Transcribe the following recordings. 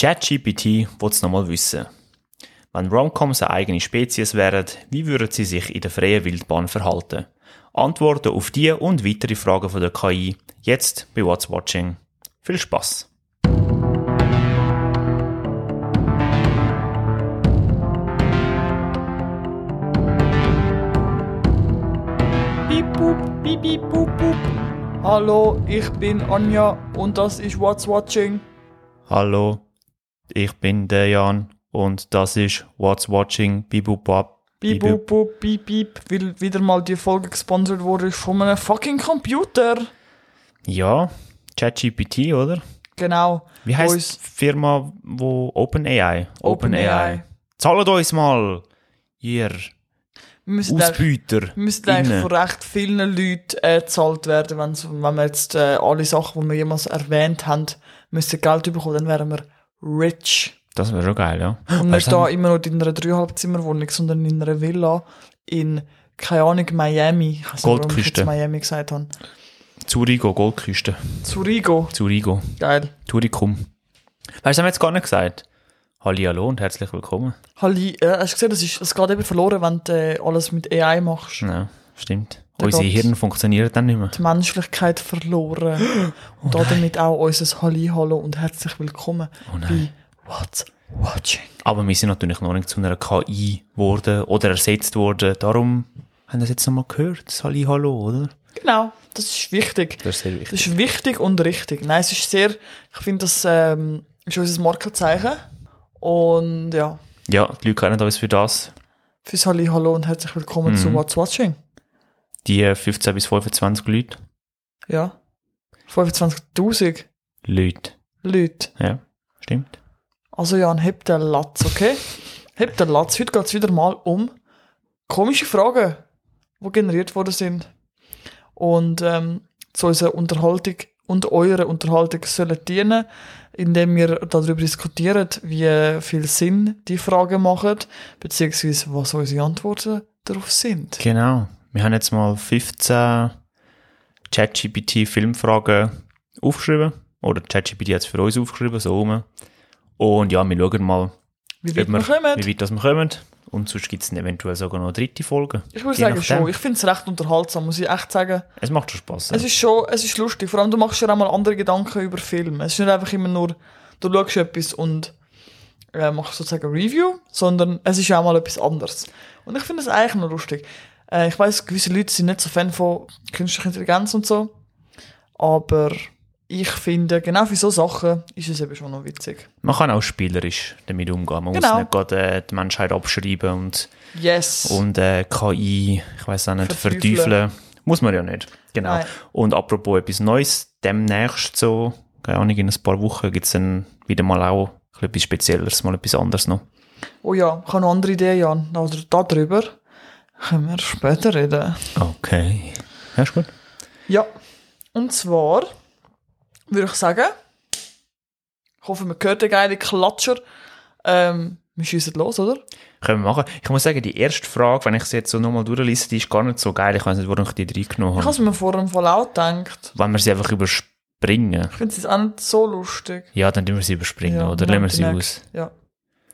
ChatGPT wird's nochmal wissen. Wenn Romcoms eine eigene Spezies wären, wie würden sie sich in der freien Wildbahn verhalten? Antworten auf diese und weitere Fragen von der KI jetzt bei What's Watching. Viel Spaß! Piep, pup, piep, piep, pup, pup. Hallo, ich bin Anja und das ist What's Watching. Hallo, ich bin der Jan und das ist What's Watching Bibubab. Piep, pup, pup, piep, piep, weil wieder mal die Folge gesponsert wurde von einem fucking Computer. Ja, ChatGPT, oder? Genau. Wie heißt Uns- die Firma, wo OpenAI? OpenAI. Zahlt uns mal! Ihr Wir müssen eigentlich- Ausbüter. wir müssen eigentlich Innen. von recht vielen Leuten äh, gezahlt werden, wenn's, wenn wir jetzt äh, alle Sachen, die wir jemals erwähnt haben, müssen Geld bekommen, dann wären wir rich. Das wäre schon geil, ja. Und Weißt nicht du, da immer noch in einer dreieinhalb Zimmerwohnung, sondern in einer Villa in, keine Ahnung, Miami. Ich weiss nicht, warum ich Goldküste. jetzt Miami gesagt habe. Zurigo, Goldküste. Zurigo. Zurigo, Geil. Turicum. Weißt du, das haben wir jetzt gar nicht gesagt. Hallihallo und herzlich willkommen. Halli, äh, hast du gesehen, das, ist, das geht eben verloren, wenn du äh, alles mit AI machst. Ja, stimmt. Der Unsere Gott. Hirn funktionieren dann nicht mehr. Die Menschlichkeit verloren. Oh Und damit auch unser Halli, Hallo und herzlich willkommen Oh bei What's Watching. Aber wir sind natürlich noch nicht zu einer KI geworden oder ersetzt worden. Darum haben wir es jetzt nochmal gehört. Das Hallihallo, oder? Genau, das ist wichtig. Das ist sehr Das wichtig. ist wichtig und richtig. Nein, es ist sehr, ich finde, das ähm, ist unser Markenzeichen. Und ja. Ja, die Leute kennen uns für das. Fürs Halli, Hallo und herzlich willkommen Mhm. zu What's Watching. Die äh, 15 bis 25 Leute. Ja. 25.000 Leute. Leute. Ja, stimmt. Also Jan, heb den Latz, okay? heb den Latz. Heute geht es wieder mal um komische Fragen, die generiert worden sind. Und ähm, zu unserer Unterhaltung und eurer Unterhaltung sollen dienen, indem wir darüber diskutieren, wie viel Sinn die Fragen machen, beziehungsweise was unsere Antworten darauf sind. Genau. Wir haben jetzt mal 15 ChatGPT-Filmfragen aufgeschrieben. Oder ChatGPT hat es für uns aufgeschrieben, so rum. Und ja, wir schauen mal, Wie ob weit wir kommen. wie weit das wir kommen. Und sonst gibt es eventuell sogar noch eine dritte Folge. Ich würde Je sagen nachdem. schon, ich Also finde es recht unterhaltsam, muss ich echt sagen. Es macht schon Spass. Es ist schon, es ist lustig. Vor allem, du machst dir auch mal andere Gedanken über Filme. Es ist nicht einfach immer nur, du schaust etwas und äh, machst sozusagen ein Review, sondern es ist auch mal etwas anderes. Und ich finde es eigentlich noch lustig. Äh, ich weiß, gewisse Leute sind nicht so Fan von künstlicher Intelligenz und so, aber ich finde, genau für so Sachen ist es eben schon noch witzig. Man kann auch spielerisch damit umgehen. Man Genau. muss nicht gerade äh, die Menschheit abschreiben und, Yes! und äh, KI, ich weiß auch nicht, Verteufeln. verteufeln. Muss man ja nicht. Genau. Nein. Und apropos etwas Neues, demnächst so, keine Ahnung, in ein paar Wochen gibt es dann wieder mal auch ein bisschen etwas Spezielleres, mal etwas anderes noch. Oh ja, ich habe noch andere Ideen, Jan. Also darüber können wir später reden. Okay. Ja, ist gut. Ja. Und zwar würde ich sagen, ich hoffe, man hört den geilen Klatscher. Ähm, wir schiessen los, oder? Können wir machen. Ich muss sagen, die erste Frage, wenn ich sie jetzt so nochmal durchlese, die ist gar nicht so geil. Ich weiß nicht, warum ich die reingenommen Ich habe. habe mir vor allem voll laut gedacht. Wenn wir sie einfach überspringen, Ich finde es auch nicht so lustig. ja, dann tun wir sie überspringen, Ja, oder? wir Lassen wir nehmen sie aus. die Ja.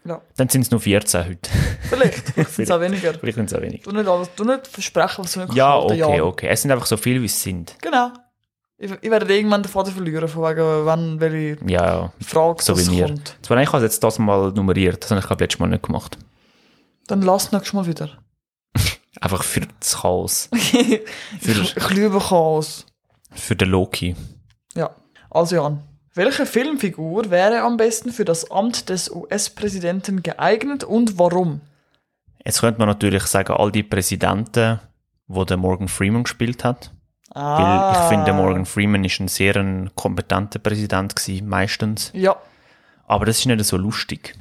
Ja. Dann sind es nur 14 heute. Vielleicht. Vielleicht sind es auch weniger. Vielleicht sind es auch wenig. Du nicht, alles, du nicht versprechen, was du nicht Ja, kannst halten, okay, Jan. okay. Es sind einfach so viele, wie es sind. Genau. Ich, ich werde irgendwann den Vater verlieren, von wegen, wann welche Ja, ja. Frage So das wie mir. kommt. Zwar eigentlich habe ich jetzt das mal nummeriert. Das habe ich, glaube ich, letztes Mal nicht gemacht. Dann lass nächstes Mal wieder. Einfach für das Chaos. ich, Für- ich liebe Chaos. Für den Loki. Ja. Also Jan, welche Filmfigur wäre am besten für das Amt des US-Präsidenten geeignet und warum? Jetzt könnte man natürlich sagen, all die Präsidenten, wo der Morgan Freeman gespielt hat. Weil Ah. ich finde, Morgan Freeman ist ein sehr ein kompetenter Präsident gewesen, meistens. Ja, Aber das ist nicht so lustig.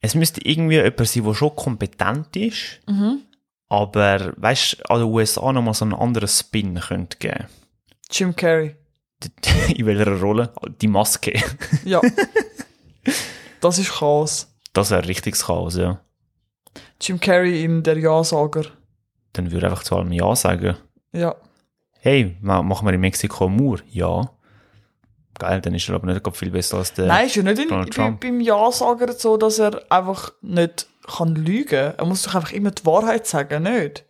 Es müsste irgendwie jemand sein, der schon kompetent ist, aber, weißt an den USA nochmal so einen anderen Spin könnte geben. Jim Carrey. In welcher Rolle? Die Maske. Ja. das ist Chaos. Das wäre richtiges Chaos, ja. Jim Carrey in der Ja-Sager. Dann würde ich einfach zu allem Ja sagen. Ja. Hey, ma- machen wir in Mexiko einen Mauer? Ja. Geil, dann ist er aber nicht gerade viel besser als der. Nein, ist ja nicht in, Donald bei, Trump. beim Ja-Sager so, dass er einfach nicht kann lügen. Er muss doch einfach immer die Wahrheit sagen, nicht?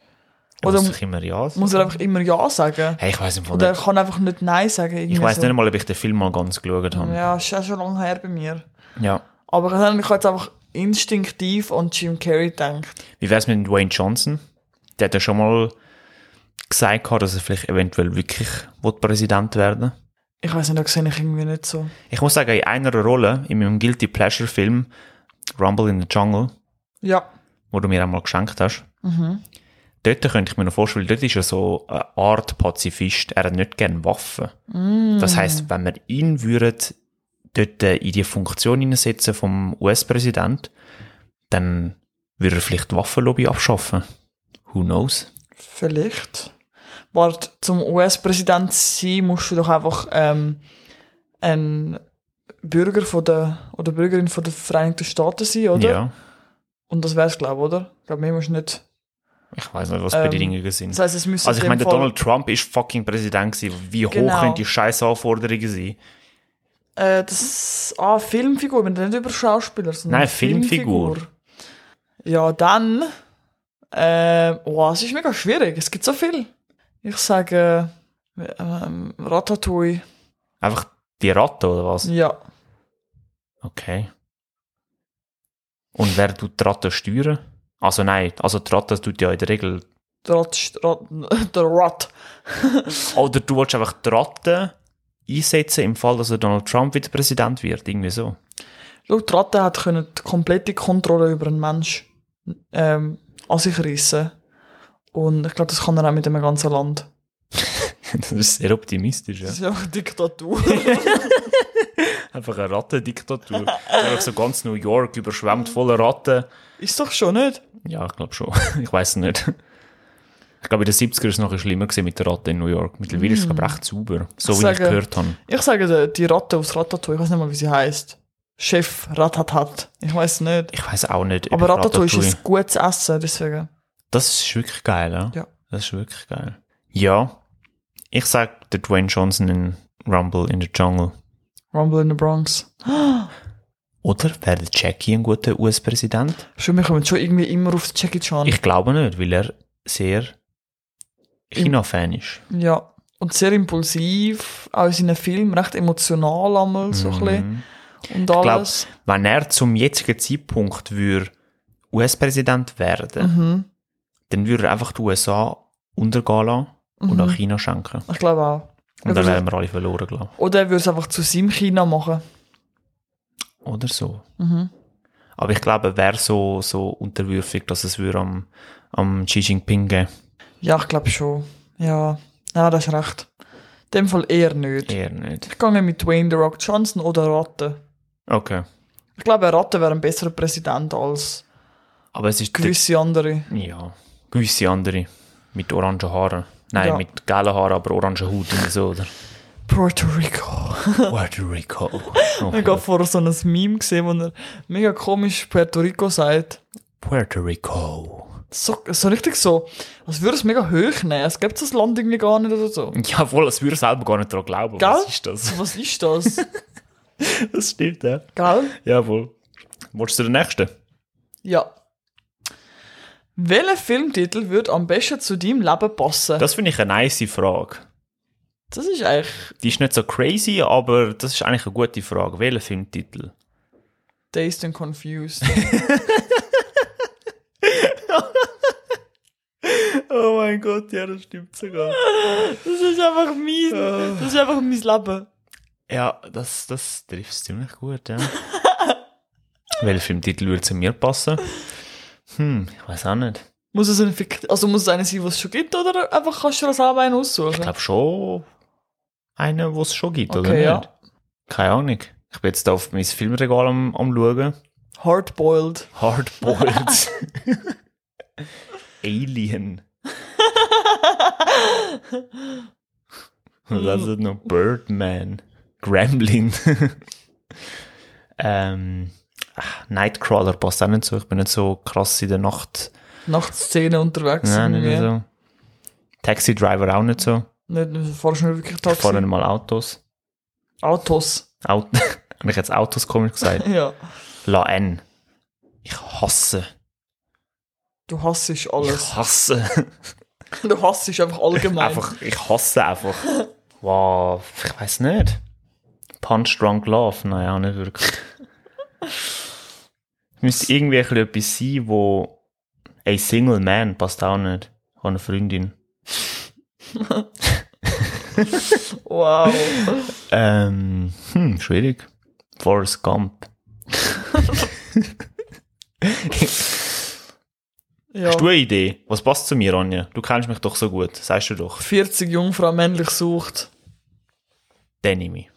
Er Oder muss doch immer ja sagen. muss er einfach immer Ja sagen? Hey, ich weiß im Fall Oder er nicht. kann einfach nicht Nein sagen. irgendwie Ich weiß so. nicht mal, ob ich den Film mal ganz geschaut habe. Ja, ist ja schon lange her bei mir. ja. Aber ich habe mich jetzt einfach instinktiv an Jim Carrey gedacht. Wie wär's mit Dwayne Johnson? Der hat ja schon mal gesagt, gehabt, dass er vielleicht eventuell wirklich will Präsident werden will. Ich weiß nicht, da sehe ich irgendwie nicht so. Ich muss sagen, in einer Rolle, in meinem Guilty Pleasure Film Rumble in the Jungle, Ja. wo du mir einmal geschenkt hast, Mhm. dort könnte ich mir noch vorstellen, dort ist er so eine Art Pazifist. Er hat nicht gerne Waffen. Mm. Das heißt, wenn wir ihn würden, dort äh, in die Funktion hineinsetzen vom US-Präsident, dann würde er vielleicht die Waffenlobby abschaffen. Who knows? Vielleicht. Warte, zum US-Präsident zu sein, musst du doch einfach ähm, ein Bürger von der, oder Bürgerin von den Vereinigten Staaten sein, oder? Ja. Und das wär's, glaube ich, oder? Ich glaube, mehr musst du nicht. Ich weiß nicht, was Ähm, Bedingungen sind. Das heisst, es müsste Also ich in dem meine, der Fall- Donald Trump ist fucking Präsident gewesen. Wie hoch Genau. können die scheiß Anforderungen sein? Äh, das ah, Filmfigur, wir reden nicht über Schauspieler, sondern Nein, Filmfigur. Ja, dann. Äh, oh, es ist mega schwierig. Es gibt so viel. Ich sage äh, ähm, Ratatouille. Einfach die Ratte oder was? Ja. Okay. Und wer tut die Ratte steuern? Also nein, also die Ratte tut ja in der Regel... Der Rat, Rat, der Rat. Oder du willst einfach die Ratte einsetzen im Fall, dass der Donald Trump wieder Präsident wird. Irgendwie so. Schau, die Ratte hat können die komplette Kontrolle über einen Mensch ähm, an sich reissen. Und ich glaube, das kann er auch mit dem ganzen Land. Das ist sehr optimistisch, ja. Das ist ja auch eine Diktatur. Einfach eine Rattendiktatur. einfach so ganz New York überschwemmt voller Ratten. ist doch schon nicht. Ja, ich glaube schon. Ich weiß es nicht. Ich glaube, in den 70ern war es noch schlimmer gewesen mit der Ratte in New York. Mittlerweile ist es, glaube ich, recht sauber. So Ich wie ich sage- gehört habe. Ich sage dir, die Ratte aus Ratatouille, ich weiß nicht mal, wie sie heißt. Chef Ratatat. Ich weiß nicht. Ich weiß auch nicht. Aber über Ratatouille ist Ratatouille. ein gutes Essen, deswegen. Das ist wirklich geil, ja? Ja. Das ist wirklich geil. Ja. Ich sag der Dwayne Johnson in Rumble in the Jungle. Rumble in the Bronx. Oder wäre der Jackie ein guter US-Präsident? Schon, wir kommen schon irgendwie immer auf Jackie Chan. Ich glaube nicht, weil er sehr China-Fan ist. ja. Und sehr impulsiv, auch in seinen Filmen, recht emotional einmal, so ein bisschen. Mhm. Und glaub- alles. Wenn er zum jetzigen Zeitpunkt würde US-Präsident werden, mhm. dann würde er einfach die USA untergehen lassen und Mhm. an China schenken. Ich glaube auch. Und dann Also- wären wir alle verloren, glaube Oder er würde es einfach zu seinem China machen. ich. Oder so. Mhm. Aber ich glaube, er wäre so, so unterwürfig, dass es würde am, am Xi Jinping geben Ja, ich glaube schon. Ja, ja das ist recht. In dem Fall eher nicht. Eher nicht. Ich gehe mit Dwayne The Rock Johnson oder Ratte. Okay. Ich glaube, eine Ratte wäre ein besserer Präsident als Aber es ist... der- gewisse andere. ja. Gewisse andere. Mit orangen Haaren. Nein, Ja. mit gelben Haaren, aber orangen Haut und so, oder? Puerto Rico. Puerto Rico. Oh, Ich habe vorher so ein Meme gesehen, wo er mega komisch Puerto Rico sagt. Puerto Rico. So, so richtig so, als würde es mega hoch nehmen. Es gibt das Land irgendwie gar nicht oder so. Jawohl, das würde ich selber gar nicht daran glauben. Gell? Was ist das? Was ist das? Das stimmt, ja. Gell? Jawohl. Wolltest du den nächsten? Ja. Welcher Filmtitel würde am besten zu deinem Leben passen? Das, Das finde ich eine nice Frage. ist eigentlich Die ist nicht so crazy, aber das ist eigentlich eine gute Frage. Welcher Filmtitel? Dazed and Confused. Oh mein Gott, ja, das stimmt sogar. das ist einfach mies. Das ist einfach mein Leben. Ja, das, das trifft es ziemlich gut, ja. Welcher Filmtitel würde zu mir passen? Hm, ich weiß auch nicht. Muss es ein Fikt also muss es einer sein, was es schon gibt, oder einfach kannst du dir selber einen aussuchen? Ich glaube schon einen, wo es schon gibt, oder Okay, nicht? ja. Keine Ahnung. Ich bin jetzt da auf mein Filmregal am, am schauen. Hardboiled. Hardboiled. Alien. Was ist noch? Birdman. Gremlin. ähm, ah, Nightcrawler passt auch nicht so. Ich bin nicht so krass in der Nacht. Nachtszene unterwegs. Nein, nicht irgendwie. so. Taxi Driver auch nicht so. Nicht, du fährst nicht wirklich Ich Taxi. fahre nicht mal Autos. Autos. Auto, habe ich jetzt Autos komisch gesagt? Ja. La N. Ich hasse. Du hassisch alles. Ich hasse. Du hassisch einfach allgemein. einfach, ich hasse einfach. Wow, ich weiß nicht. Punch Drunk Love, naja, nicht wirklich. Es müsste irgendwie ein bisschen etwas sein, wo ein Single Man passt auch nicht. Ich habe eine Freundin. Wow. Ähm, hm, schwierig. Forrest Gump. Ja. Hast du eine Idee? Was passt zu mir, Anja? Du kennst mich doch so gut. Sagst du doch. 40 Jungfrau männlich sucht. Denimi.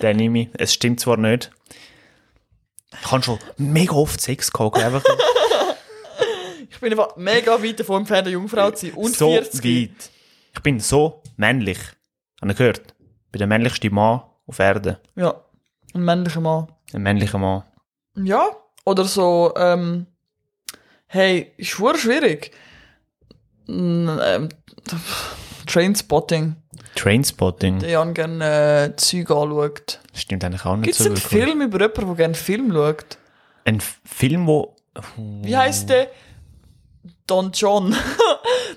Denimi. Es stimmt zwar nicht. Ich habe schon mega oft Sex gehabt. gell? Einfach Ich bin einfach mega weit davon entfernt, eine Jungfrau zu sein. Und Äh, so 40. weit. Ich bin so männlich. Habt ihr gehört? Ich bin der männlichste Mann auf Erden. Ja. Ein männlicher Mann. Ein männlicher Mann. Ja. Oder so, ähm, hey, ist schwur schwierig. Mm, Ähm, Trainspotting. Trainspotting. Der Jan gerne äh, Zeug anschaut. Das stimmt eigentlich auch nicht Gibt es so einen wirklich. Film über jemanden, der gerne Film schaut? Ein F- Film, wo... Wie heisst der? Don John.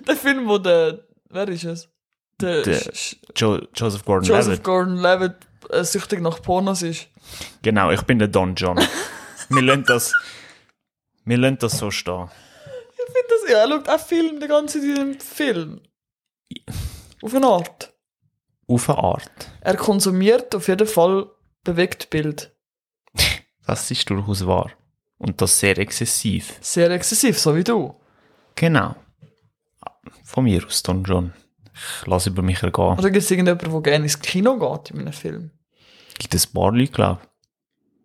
der Film, wo der. Wer ist es? Der, Der Sch- Jo Joseph Gordon-Levitt. Joseph Gordon Levitt äh, süchtig nach Pornos ist. Genau, ich bin der Don John. wir lassen das... Wir lassen das so stehen. Ich finde das, ja, er schaut auch Film, den ganzen in diesem Film. Auf eine Art. Auf eine Art. Er konsumiert auf jeden Fall bewegt Bild. Das ist durchaus wahr. Und das sehr exzessiv. Sehr exzessiv, so wie du. Genau. Von mir aus, Don John. Ich lasse über mich ergehen. Oder gibt es irgendjemanden, Also der gerne ins Kino geht in einem Film? Gibt es ein paar Leute, glaube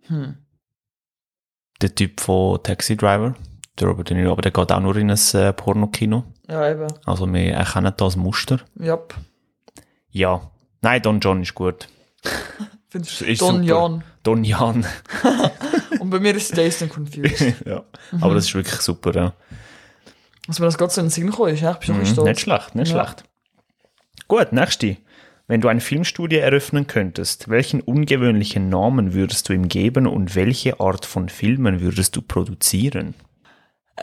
Hm. Der Typ von Taxi Driver, der Robert De Niro, aber der geht auch nur in ein äh, Pornokino. Ja, eben. Also wir erkennen das Muster. Yep. Ja. Nein, Don John ist gut. Findest Ist Don super. Jan. Don Jan. Und bei mir ist Days and Confused. ja. Mhm. Aber das ist wirklich super, ja. Dass mir das gerade so in den Sinn gekommen ist, ja? ich bin schon mhm, Nicht schlecht, nicht Ja. schlecht. Gut, nächste. Wenn du eine Filmstudie eröffnen könntest, welchen ungewöhnlichen Namen würdest du ihm geben und welche Art von Filmen würdest du produzieren?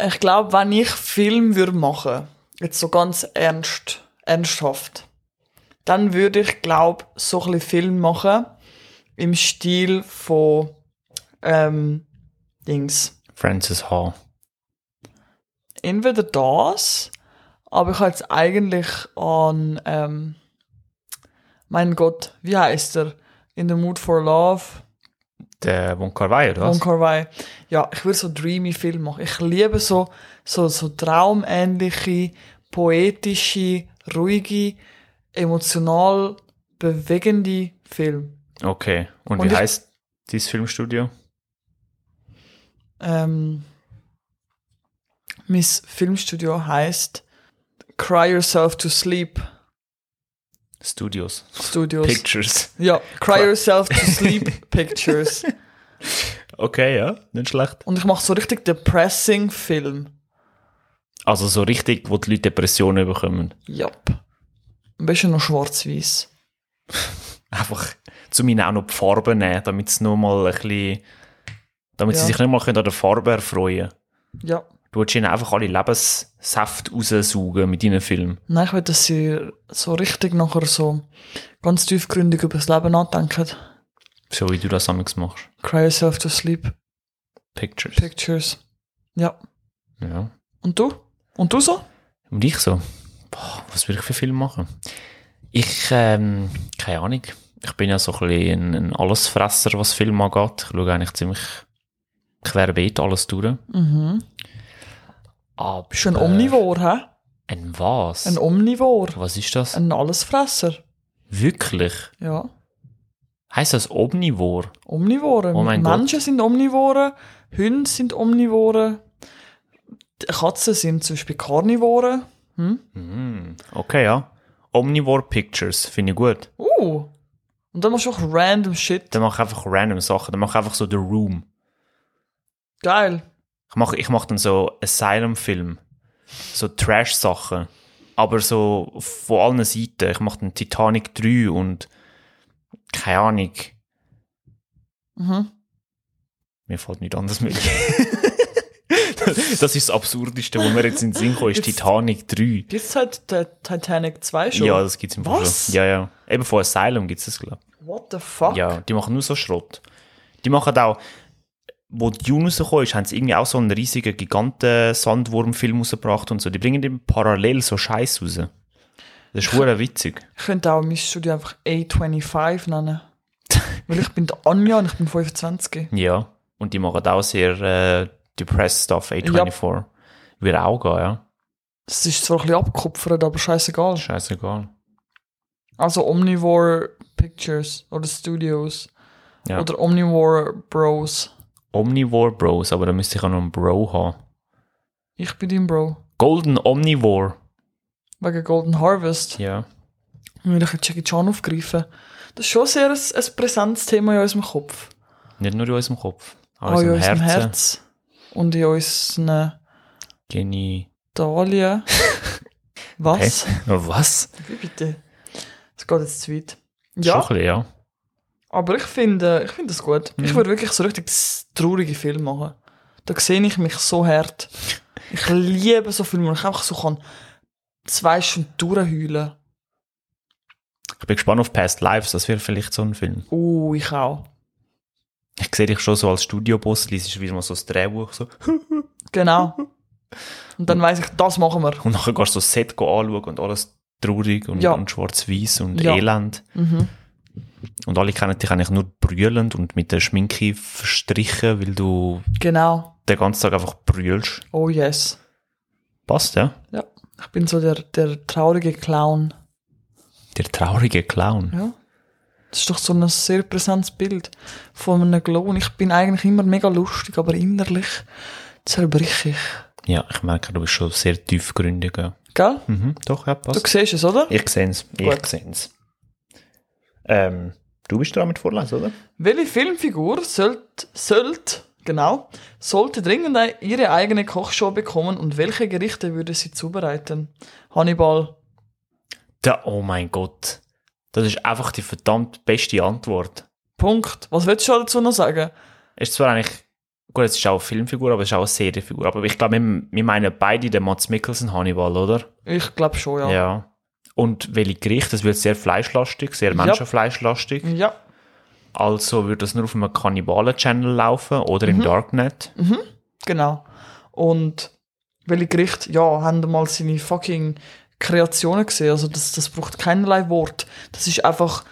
Ich glaube, wenn ich Film würde machen, jetzt so ganz ernst, ernsthaft, dann würde ich, glaube so ein bisschen Film machen im Stil von ähm, Dings. Francis H. Entweder das, aber ich habe jetzt eigentlich an, ähm, mein Gott, wie heißt er? In the Mood for Love. Der Wong Kar Wai, oder was? Von Carvey. Ja, ich will so dreamy Filme machen. Ich liebe so, so, so traumähnliche, poetische, ruhige, emotional bewegende Filme. Okay. Und, Und wie ich- heißt dieses Filmstudio? Ähm, mein Filmstudio heißt Cry Yourself to Sleep Studios. Studios. Pictures. ja, Cry Yourself to Sleep Pictures. Okay, ja, nicht schlecht. Und ich mache so richtig depressing Film. Also so richtig, wo die Leute Depressionen bekommen. Ja. Ein bisschen noch schwarz-weiß. Einfach zu meinen auch noch die Farben nehmen, damit sie noch mal ein bisschen, damit sie Ja. sich nicht mal können an der Farbe erfreuen können. Ja. Du willst ihnen einfach alle Lebenssäfte raussaugen mit deinen Filmen. Nein, ich will, dass sie so richtig nachher so ganz tiefgründig über das Leben nachdenken. So wie du das damals machst. Cry yourself to sleep, Pictures. pictures. Ja. ja. Und du? Und du so? Und ich so, boah, was will ich für Filme machen? Ich, ähm, keine Ahnung. Ich bin ja so ein bisschen ein, ein Allesfresser, was Filme angeht. Ich schaue eigentlich ziemlich querbeet alles durch. Mhm. Aber, äh, Bist du ein Omnivor, hä? Ein was? Ein Omnivor. was ist das? Ein Allesfresser. Wirklich? Ja. Heißt das Omnivor? Omnivoren. Oh mein Gott. Menschen sind Omnivoren, Hunde sind Omnivoren, die Katzen sind zum Beispiel Karnivoren. Hm? Hm, okay, ja. Omnivore Pictures, finde ich gut. Uh. Und dann machst du auch random Shit. Dann mache ich einfach random Sachen. Dann mache ich einfach so The Room. Geil. Ich mache ich mach dann so Asylum-Film. So Trash-Sachen. Aber so von allen Seiten. Ich mache dann Titanic 3 und keine Ahnung, Mhm. mir fällt nichts anderes mehr ein. das ist das Absurdeste, wo mir jetzt in den Sinn kommt, ist Jetzt- Titanic 3. Gibt's halt der Titanic 2 schon? Ja, das gibt's im Fall Was? schon. Ja, ja. Eben von Asylum gibt's das, glaube What the fuck? Ja, die machen nur so Schrott. Die machen auch, wo Dune rausgekommen ist, haben sie irgendwie auch so einen riesigen, giganten Sandwurmfilm rausgebracht und so. Die bringen eben parallel so Scheiß raus. Das ist schwer witzig. Ich könnte auch mein Studio einfach A25 nennen. Weil ich bin der Anja und ich bin 25. Ja. Und die machen auch sehr äh, depressed stuff, A24. Wird auch gehen, ja. Das ist zwar ein bisschen abgekupfert, aber scheißegal. Scheißegal. Also Omnivore Pictures oder Studios. Ja. Oder Omnivore Bros. Omnivore Bros, aber da müsste ich auch noch einen Bro haben. Ich bin dein Bro. Golden Omnivore. Wegen Golden Harvest. Ja. Will ich jetzt Jackie Chan aufgreifen. Das ist schon sehr ein, ein präsentes Thema in unserem Kopf. Nicht nur in unserem Kopf, auch in Auch Oh, in unserem unserem Herzen. Herz. Und in unseren Genie. Dahlien. Was? Was? Wie bitte? Es geht jetzt zu weit. Schon Ja, ein bisschen, ja. aber ich finde ich finde das gut. Mhm. Ich würde wirklich so richtig s- traurige Filme machen. Da sehe ich mich so hart. Ich liebe so Filme, wo ich einfach so kann zwei Stunden durchheulen. Ich bin gespannt auf Past Lives, das wäre vielleicht so ein Film. Oh, ich auch. Ich sehe dich schon so als Studioboss, liest wieder mal so das Drehbuch so. Genau. Und dann weiß ich, das machen wir. und nachher gehst du so das Set go anschauen und alles traurig und, Ja. und schwarz-weiß und Ja. elend. Mhm. Und alle kennen dich eigentlich nur brüllend und mit der Schminke verstrichen, weil du Genau. den ganzen Tag einfach brüllst. Oh yes. Passt, ja? Ja. Ich bin so der, der traurige Clown. Der traurige Clown. Ja. Das ist doch so ein sehr präsentes Bild von einem Clown. Ich bin eigentlich immer mega lustig, aber innerlich zerbrich ich. Ja, ich merke, du bist schon sehr tiefgründig. Ja. Gell? Mhm, doch, ja, passt. Du siehst es, oder? Ich sehe es. Ich Gut. sehe es. Ähm, du bist dran mit Vorlesen, oder? Welche Filmfigur sollte, sollte, genau, sollte dringend eine- ihre eigene Kochshow bekommen und welche Gerichte würde sie zubereiten? Hannibal. Da, oh mein Gott. Das ist einfach die verdammt beste Antwort. Punkt. Was willst du dazu noch sagen? Ist zwar eigentlich, gut, es ist auch eine Filmfigur, aber es ist auch eine Serienfigur. Aber ich glaube, wir, wir meinen beide den Mats Mikkelsen Hannibal, oder? Ich glaube schon, ja. Und welche Gerichte? Das wird sehr fleischlastig, sehr Ja. menschenfleischlastig. Ja. Also würde das nur auf einem Kannibalen-Channel laufen oder Mhm. im Darknet. Genau. Und welche Gerichte, ja, haben mal seine fucking Kreationen gesehen. Also das, das braucht keinerlei Wort. Das ist einfach,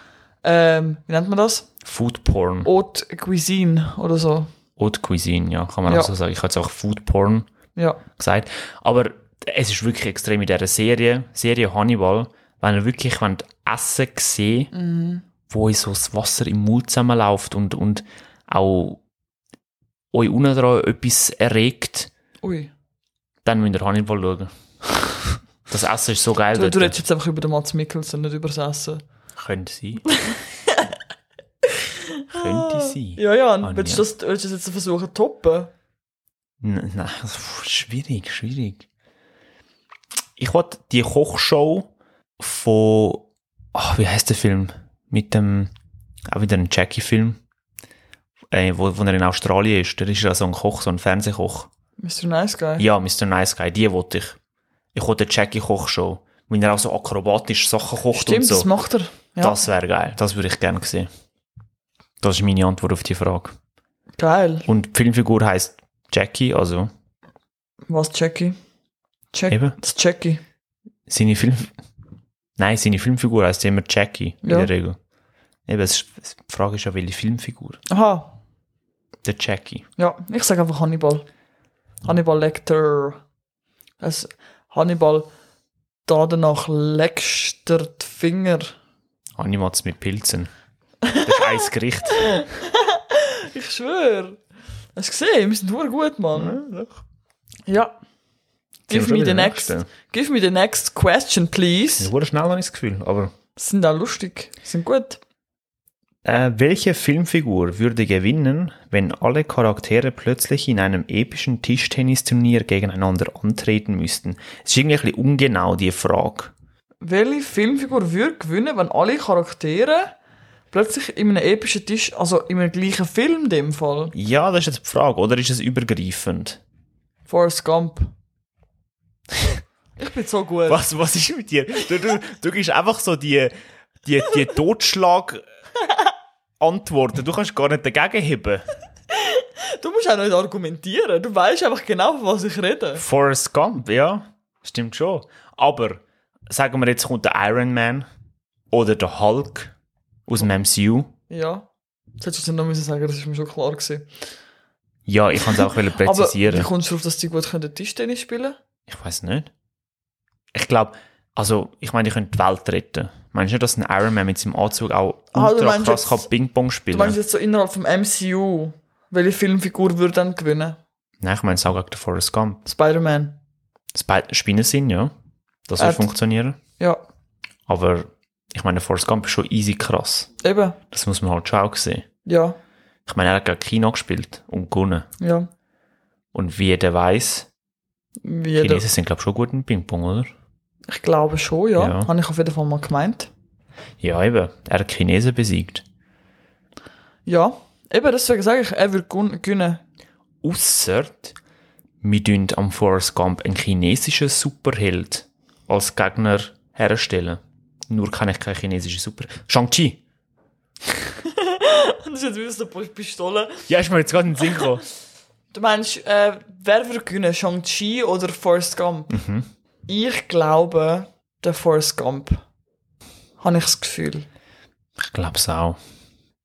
ähm, wie nennt man das? Food Porn. Haute Cuisine oder so. Haute Cuisine, ja, kann man Ja. auch so sagen. Ich habe jetzt auch Food Porn Ja. gesagt. Aber es ist wirklich extrem in dieser Serie, Serie Hannibal, wenn er wirklich wenn die Essen sehen wo euch so das Wasser im Mund zusammenläuft und, und auch euch unten dran etwas erregt, Ui. dann müsst ihr Hannibal schauen. Also Das Essen ist so geil. Du, du dort. redest jetzt einfach über den Mats Mikkelsen, nicht über das Essen. Könnte sein. Könnte sein. Ja, ja, Ah, willst, du ja. das, willst du das jetzt versuchen toppen? N- Nein, pff, schwierig, schwierig. Ich wollte die Kochshow von, ah, wie heißt der Film? Mit dem, auch wieder ein Jackie-Film, äh, wo, wo er in Australien ist. Der ist ja so ein Koch, so ein Fernsehkoch. Mr. Nice Guy. Ja, Mr. Nice Guy, die wollte ich. Ich wollte eine Jackie-Kochshow, wo er auch so akrobatisch Sachen kocht und Stimmt, so. das macht er. Ja. Das wäre geil, das würde ich gerne sehen. Das ist meine Antwort auf die Frage. Geil. Und die Filmfigur heißt Jackie, also Was, Jackie? Jack, Eben. Das Jackie. seine Film. Nein, seine Filmfigur heißt immer Jackie in Ja. der Regel. Eben, es ist- die Frage ist ja, welche Filmfigur? Aha. Der Jackie. Ja, ich sage einfach Hannibal. Hannibal Lecter. Es, Hannibal da danach leckstert Finger. Animats Ah, mit Pilzen. Das ist ein Gericht. Ich schwöre. Hast du gesehen? Wir sind nur gut, Mann. Ja. Give me the next. Give me the next question, Ich please. wurde schnell noch das Gefühl, aber. Sind auch lustig. Sind gut. Äh, welche Filmfigur würde gewinnen, wenn alle Charaktere plötzlich in einem epischen Tischtennisturnier gegeneinander antreten müssten? Es ist irgendwie ein bisschen ungenau, die Frage. Welche Filmfigur würde gewinnen, wenn alle Charaktere plötzlich in einem epischen Tisch, also in einem gleichen Film in dem Fall. Ja, das ist jetzt die Frage, oder ist es übergreifend? Forrest Gump. ich bin so gut. Was, was ist mit dir? Du, du, du gibst einfach so die, die, die Totschlag-Antworten. Du kannst gar nicht dagegen heben. Du musst auch nicht argumentieren. Du weißt einfach genau, von was ich rede. Forrest Gump, ja, stimmt schon. Aber sagen wir jetzt kommt der Iron Man oder der Hulk aus dem MCU. Ja. Das hättest du dir noch müssen sagen, das ist mir schon klar gewesen. Ja, ich kann es auch wollen Aber wie präzisieren. kommst du darauf, dass die gut können Tischtennis spielen Ich weiß nicht. Ich glaube, also ich meine, die können die Welt retten. Meinst du nicht, dass ein Iron Man mit seinem Anzug auch Ah, du ultra meinst krass jetzt- kann Ping-Pong Du spielen? meinst jetzt so innerhalb vom MCU, welche Filmfigur würde dann gewinnen? Nein, ich meine es auch gegen den Forrest Gump. Spider-Man. Sp- Spinnensinn, ja. Das Er soll hat- funktionieren. Ja, Aber ich meine, der Forrest Gump ist schon easy krass. eben. Das muss man halt schon auch sehen. Ja, Ich meine, er hat gegen China gespielt und gewonnen. ja. Und wie jeder weiß, Wie jeder. Chinesen sind, glaube ich, schon gut im Ping-Pong, oder? Ich glaube schon, ja. Ja. Habe ich auf jeden Fall mal gemeint. Ja, eben. Er hat Chinesen besiegt. Ja, eben, deswegen sage ich, er würde gun- gewinnen. Ausser, wir tun am Forrest Gump einen chinesischen Superheld als Gegner herstellen. Nur kann ich keinen chinesischen Superheld. Shang-Chi! Das ist jetzt wieder so eine Pistole. Ja, ist mir jetzt gerade in den Sinn gekommen. Du meinst, äh, wer würde gewinnen? Shang-Chi oder Forrest Gump? Mhm. Ich glaube, der Forrest Gump. Habe ich das Gefühl. Ich glaube es auch.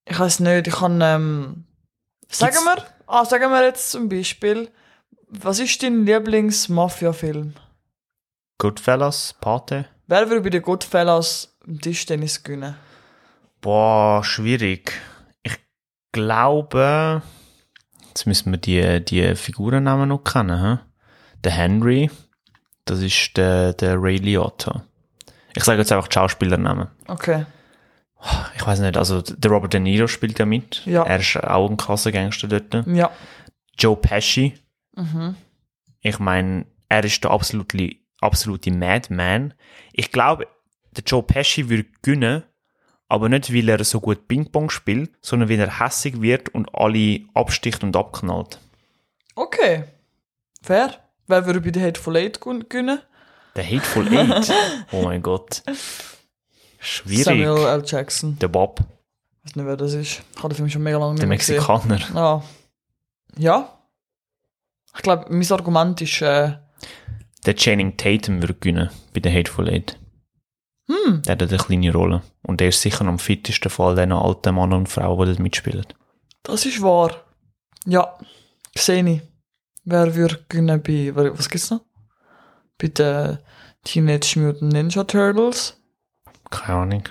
Ich weiß nicht, ich kann. Ähm, sagen Gibt's- wir, ah, sagen wir jetzt zum Beispiel, was ist dein Lieblings-Mafia-Film? Goodfellas, Pate. Wer würde bei den Goodfellas im Tischtennis gewinnen? Boah, schwierig. Ich glaube, jetzt müssen wir die, die Figurennamen noch kennen. He? Der Henry, das ist der, der Ray Liotta. Ich sage jetzt einfach die Schauspielernamen. Okay. Ich weiß nicht, also der Robert De Niro spielt ja mit. Ja. Er ist auch ein krasser Gangster dort. Ja. Joe Pesci, Mhm. ich meine, er ist der absolute, absolute Madman. Ich glaube, der Joe Pesci würde gewinnen, aber nicht, weil er so gut Ping-Pong spielt, sondern weil er hässig wird und alle absticht und abknallt. Okay. Fair. Wer würde bei den Hateful Eight gun- gewinnen? Der Hateful Eight. oh mein Gott. Schwierig. Samuel äh, L. Jackson. Der Bob, Ich weiß nicht, wer das ist. Ich habe den Film schon mega lange nicht der mehr gesehen. Mexikaner. Ja. Ja. Ich glaube, mein Argument ist, äh, Der Channing Tatum würde gewinnen bei der Hateful Eight. Hm. Der hat eine kleine Rolle. Und der ist sicher am fittesten von all diesen alten Männern und Frauen, die dort mitspielen. das ist wahr. Ja. Sehe ich. Wer würde gewinnen bei, wer- was gibt's noch? Bei den Teenage Mutant Ninja Turtles. Keine Ahnung.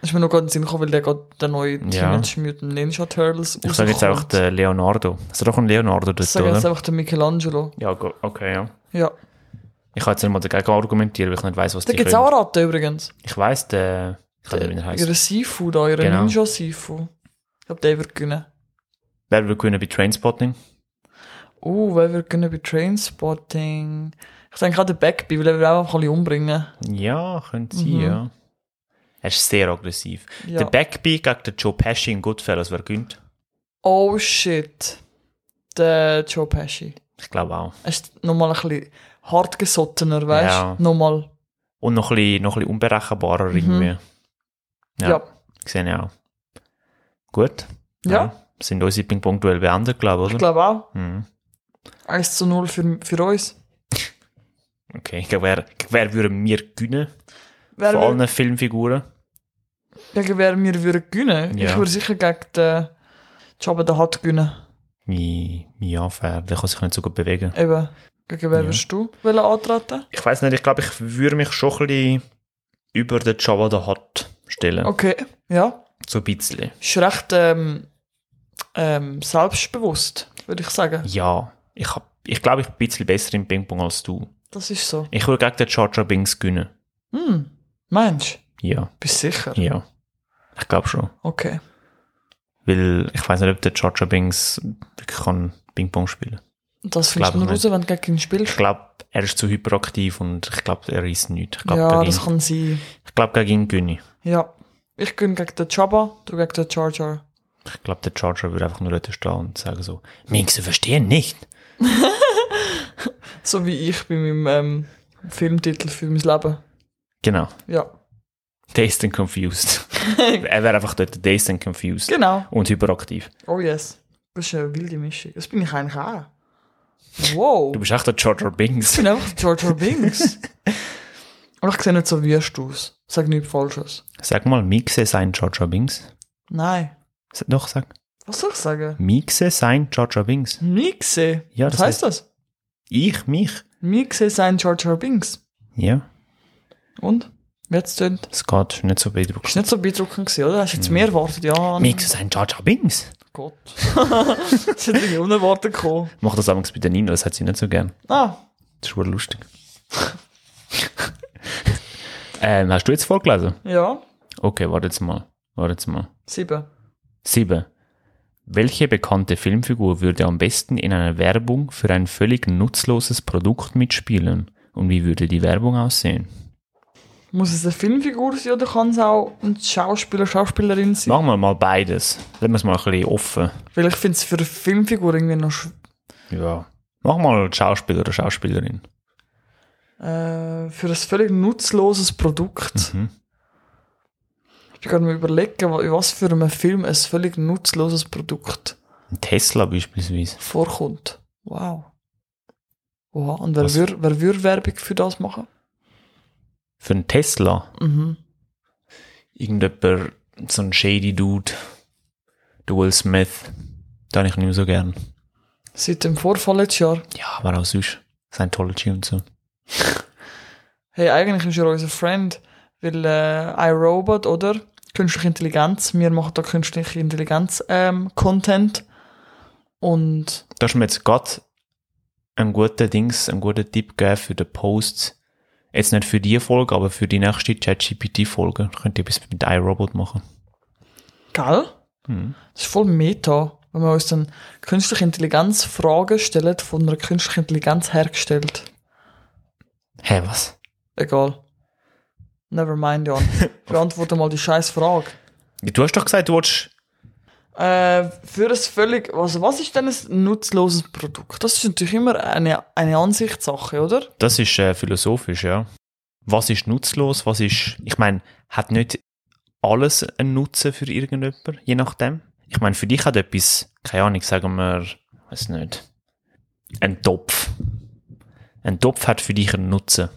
Ist mir noch gerade in den Sinn gekommen, weil der gerade der neue Ja. Teenage Mutant Ninja Turtles Ich sage jetzt auch rauskommt. den Leonardo. Es ist doch ein Leonardo Ich dort, sage jetzt oder? einfach den Michelangelo. Ja, go- okay, ja. Ja. Ich kann jetzt nicht mal dagegen argumentieren, weil ich nicht weiß, was Da die gibt es auch eine Ratte übrigens. Ich weiß, der. Ich kann nicht, wie er heißt. Ihre Sifu da, ihre Genau. Ninja Sifu. Ich glaube, der wird gewinnen. Wer will gewinnen bei Trainspotting? Uh, wer wird gewinnen bei Trainspotting? Ich denke auch der Backby, weil er will auch einfach alle umbringen. Ja, könnte sein, Mhm. ja. Er ist sehr aggressiv. Ja. Der Backby gegen den Joe Pesci in Goodfellas, wer gewinnt? oh shit. Der Joe Pesci. Ich glaube auch. Er ist nochmal ein bisschen hartgesottener, weißt du? Ja. Nochmal. Und noch ein bisschen, noch ein bisschen unberechenbarer Mhm. irgendwie. Ja, Ja. Ja. sehe ich auch. Gut. Mhm. Sind unsere Ping-Pong-Duell beendet, glaube ich, Ich oder? glaube auch. Mhm. 1 zu 0 für, für uns. Okay, gegen wer, gegen wer würden wir gewinnen? Wer Von würde, allen Filmfiguren? gegen wer wir würden gewinnen? Ja. Ich würde sicher gegen den Jabba the Hutt gewinnen. Mi- Ja, fair. Der kann sich nicht so gut bewegen. Eben. Gegen wer Ja. würdest du wollen antreten? Ich weiß nicht, ich glaube, ich würde mich schon ein bisschen über den Java da hat stellen. Okay, ja. So ein bisschen. Ist recht ähm, ähm, selbstbewusst, würde ich sagen. Ja, ich, hab, ich glaube, ich bin ein bisschen besser im Ping-Pong als du. Das ist so. Ich würde gegen den Charger Bings gewinnen. Hm, meinst du? Ja, Bist sicher? ja. Ich glaube schon. Okay. Weil ich weiß nicht, ob der Charger Bings wirklich kann Ping-Pong spielen Das findest Glaub du nur ich raus, wenn du gegen ihn Ich spielst. glaube, er ist zu hyperaktiv und ich glaube, er reißt nichts. Ich glaube, Ja, gegen, das ihn- kann sein. ich glaub, gegen ihn gewinne ich. Ja, Ich gehe gegen den Chaba, du gegen den Jar Jar. Ich glaube, der Charger würde einfach nur dort stehen und sagen so, Minxen verstehen nicht. So wie ich bei meinem ähm, Filmtitel für mein Leben. Genau. Ja, Dazed and confused. er wäre einfach dort dazed and confused. genau. Und hyperaktiv. Oh yes. Das ist eine wilde Mischung. Das bin ich eigentlich auch. Wow. Du bist echt der Charger Ich Bings. bin einfach George R. Binks. Aber ich sehe nicht so wüst aus. Sag nichts Falsches. Sag mal, Mixe sein Charger Bings. Nein. S- Doch, sag. Was soll ich sagen? Mixe sein Charger Bings. Mixe. Ja, Was das heißt das? Ich, mich. Mixe sein George R. Binks. Ja, Und? Wie hat's tönt? es geht nicht so Ist beeindruckend. nicht so beeindruckend gewesen, oder? Hast du jetzt mehr erwartet? Ja, Mixe sein Charger Bings. Gott. das hat irgendwie unerwartet gekommen. Mach das abends bei der Nina, das hat sie nicht so gern. Ah, Das ist wohl lustig. ähm, hast du jetzt vorgelesen? ja. Okay, warte jetzt mal. Warte jetzt mal. Sieben. 7. Welche bekannte Filmfigur würde am besten in einer Werbung für ein völlig nutzloses Produkt mitspielen? Und wie würde die Werbung aussehen? Muss es eine Filmfigur sein oder kann es auch ein Schauspieler, Schauspielerin sein? Machen wir mal beides. Lassen wir es mal ein bisschen offen. Weil ich finde es für eine Filmfigur irgendwie noch sch Ja. Mach mal Schauspieler oder Schauspielerin. Äh, für ein völlig nutzloses Produkt. Mhm. Ich bin gerade mal überlegen, wa- in was für einem Film ein völlig nutzloses Produkt Ein Tesla beispielsweise. vorkommt. Wow. Oha, und wer Was? würde wer würd Werbung für das machen? Für einen Tesla. Mhm. Irgendjemand, so ein shady Dude. Der Will Smith. Den habe ich nicht mehr so gern. Seit dem Vorfall letztes Jahr. Ja, aber auch sonst. Scientology und so. Hey, eigentlich ist er unser Friend, weil äh, iRobot, oder? Künstliche Intelligenz. Wir machen da künstliche Intelligenz-Content. und Da ist mir jetzt gerade ein guter Dings, ein guter Tipp gegeben für den Post. Jetzt nicht für die Folge, aber für die nächste ChatGPT-Folge. Könnt ihr etwas mit iRobot machen. gell? Mhm. Das ist voll meta, wenn wir uns dann künstliche Intelligenz Fragen stellen, von einer künstlichen Intelligenz hergestellt. Hä, was? Egal. Never mind, Jan. Beantworte mal die scheiß Frage. Du hast doch gesagt, du willst... Äh, für ein völlig, also was ist denn ein nutzloses Produkt? Das ist natürlich immer eine, eine Ansichtssache, oder? Das ist äh, philosophisch, ja. Was ist nutzlos? Was ist... Ich meine, hat nicht alles einen Nutzen für irgendjemanden, je nachdem? Ich meine, für dich hat etwas... Keine Ahnung, sagen wir... weiß nicht. Ein Topf. Ein Topf hat für dich einen Nutzen.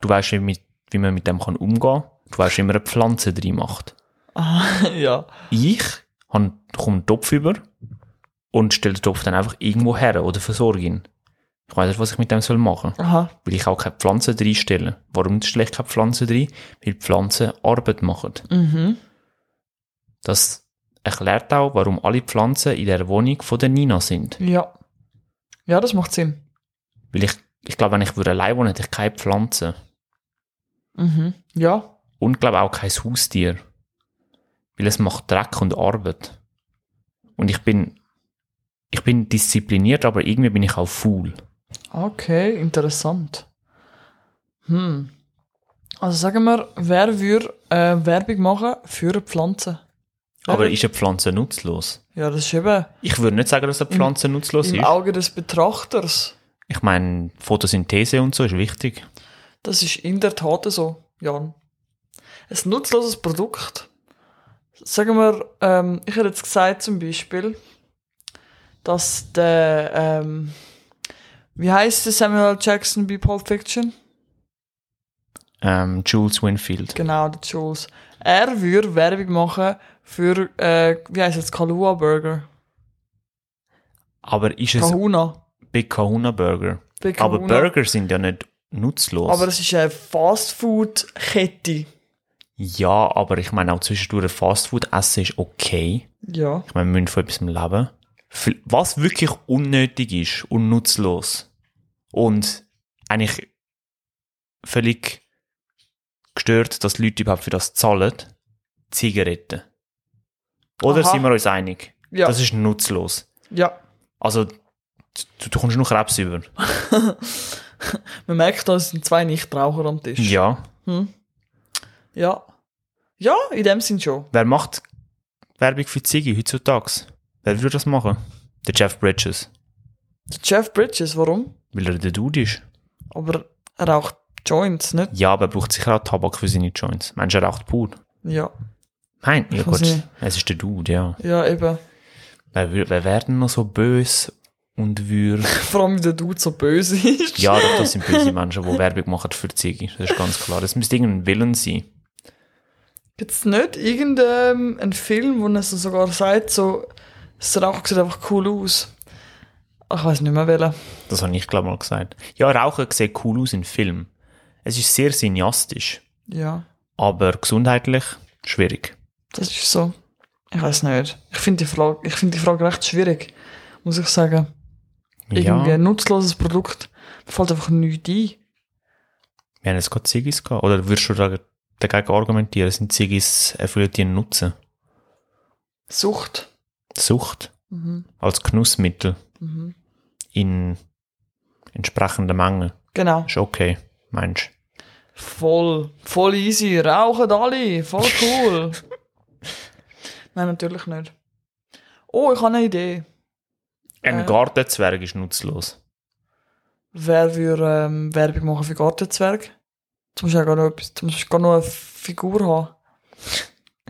Du weißt, wie, mit, wie man mit dem kann umgehen kann. Du weißt, wie man eine Pflanze drin macht. ja. Ich habe- komme einen Topf über und stelle den Topf dann einfach irgendwo her oder versorge ihn. Ich weiß nicht, was ich mit dem soll machen Aha. weil ich auch keine Pflanzen reinstelle. Warum stelle ich keine Pflanzen rein? Weil Pflanzen Arbeit machen. Mhm. Das erklärt auch, warum alle Pflanzen in der Wohnung von der Nina sind. Ja. Ja, das macht Sinn. Weil ich, ich glaube, wenn ich würde allein wohnen, hätte ich keine Pflanzen. Mhm. Ja. Und glaube auch kein Haustier. Weil es macht Dreck und Arbeit. Und ich bin, ich bin diszipliniert, aber irgendwie bin ich auch faul. Okay, interessant. Hm. Also sagen wir, wer würde äh, Werbung machen für eine Pflanze? Aber Ja. ist eine Pflanze nutzlos? Ja, das ist eben Ich würde nicht sagen, dass eine Pflanze nutzlos im ist. Auge des Betrachters. Ich meine, Photosynthese und so ist wichtig. Das ist in der Tat so, Jan. Ein nutzloses Produkt. Sagen wir, ähm, ich hätte jetzt gesagt zum Beispiel, dass der, ähm, wie heißt der Samuel Jackson bei Pulp Fiction? Ähm, Jules Winfield. Genau, der Jules. Er würde Werbung machen für, äh, wie heißt jetzt, Kalua Burger. Aber ist es Kahuna. Big Kahuna Burger? Big Aber Kahuna. Burger sind ja nicht nutzlos. Aber es ist eine Fastfood-Kette. ja, aber ich meine auch zwischendurch Fastfood essen ist okay. Ja. Ich meine, wir müssen von etwas leben. Viel- Was wirklich unnötig ist und nutzlos und eigentlich völlig gestört, dass Leute überhaupt für das zahlen, Zigaretten. Oder Aha. sind wir uns einig? Ja. Das ist nutzlos. Ja. Also, du, du kommst nur Krebs über. Man merkt, da sind zwei Nichtraucher am Tisch. Ja. Hm. Ja. Ja, in dem Sinn schon. Wer macht Werbung für Ziggy heutzutage? Wer würde das machen? Der Jeff Bridges. Der Jeff Bridges, warum? Weil er der Dude ist. Aber er raucht Joints, nicht? Ja, aber er braucht sicher auch Tabak für seine Joints. Mensch, er raucht pur. Ja, Nein, ja Ich weiß gut, nicht. es ist der Dude, ja. ja eben. Wer, wür- wer wäre denn noch so böse und würde... Vor allem, wenn der Dude so böse ist. Ja, doch, das sind böse Menschen, die Werbung machen für Ziggy. Das ist ganz klar. Das müsste irgendein Villain sein. Gibt's nicht irgendeinen einen Film, wo er so sogar sagt, so, das Rauchen sieht einfach cool aus? Ach, Ich weiß nicht mehr welchen. Das habe ich, glaube ich, mal gesagt. Ja, Rauchen sieht cool aus in Filmen. Es ist sehr cineastisch, Ja, aber gesundheitlich schwierig. das ist so. Ich weiß nicht. Ich finde die, Frage- ich find die Frage recht schwierig, muss ich sagen. Irgendwie Ja, ein nutzloses Produkt mir fällt einfach nichts ein. wir haben jetzt gerade Ziggis gehabt. Oder würdest du da- dagegen argumentieren, sind Ziggis erfüllen die einen Nutzen? Sucht. Sucht Mhm. als Genussmittel Mhm. in entsprechender Menge Genau. ist okay, meinst du? Voll, voll easy, rauchen alle, voll cool. Nein, natürlich nicht. Oh, ich habe eine Idee. Ein Äh. Gartenzwerg ist nutzlos. Wer würde ähm, Werbung machen für Gartenzwerg? Jetzt musst du ja gar noch, etwas, jetzt musst du gar noch eine Figur haben.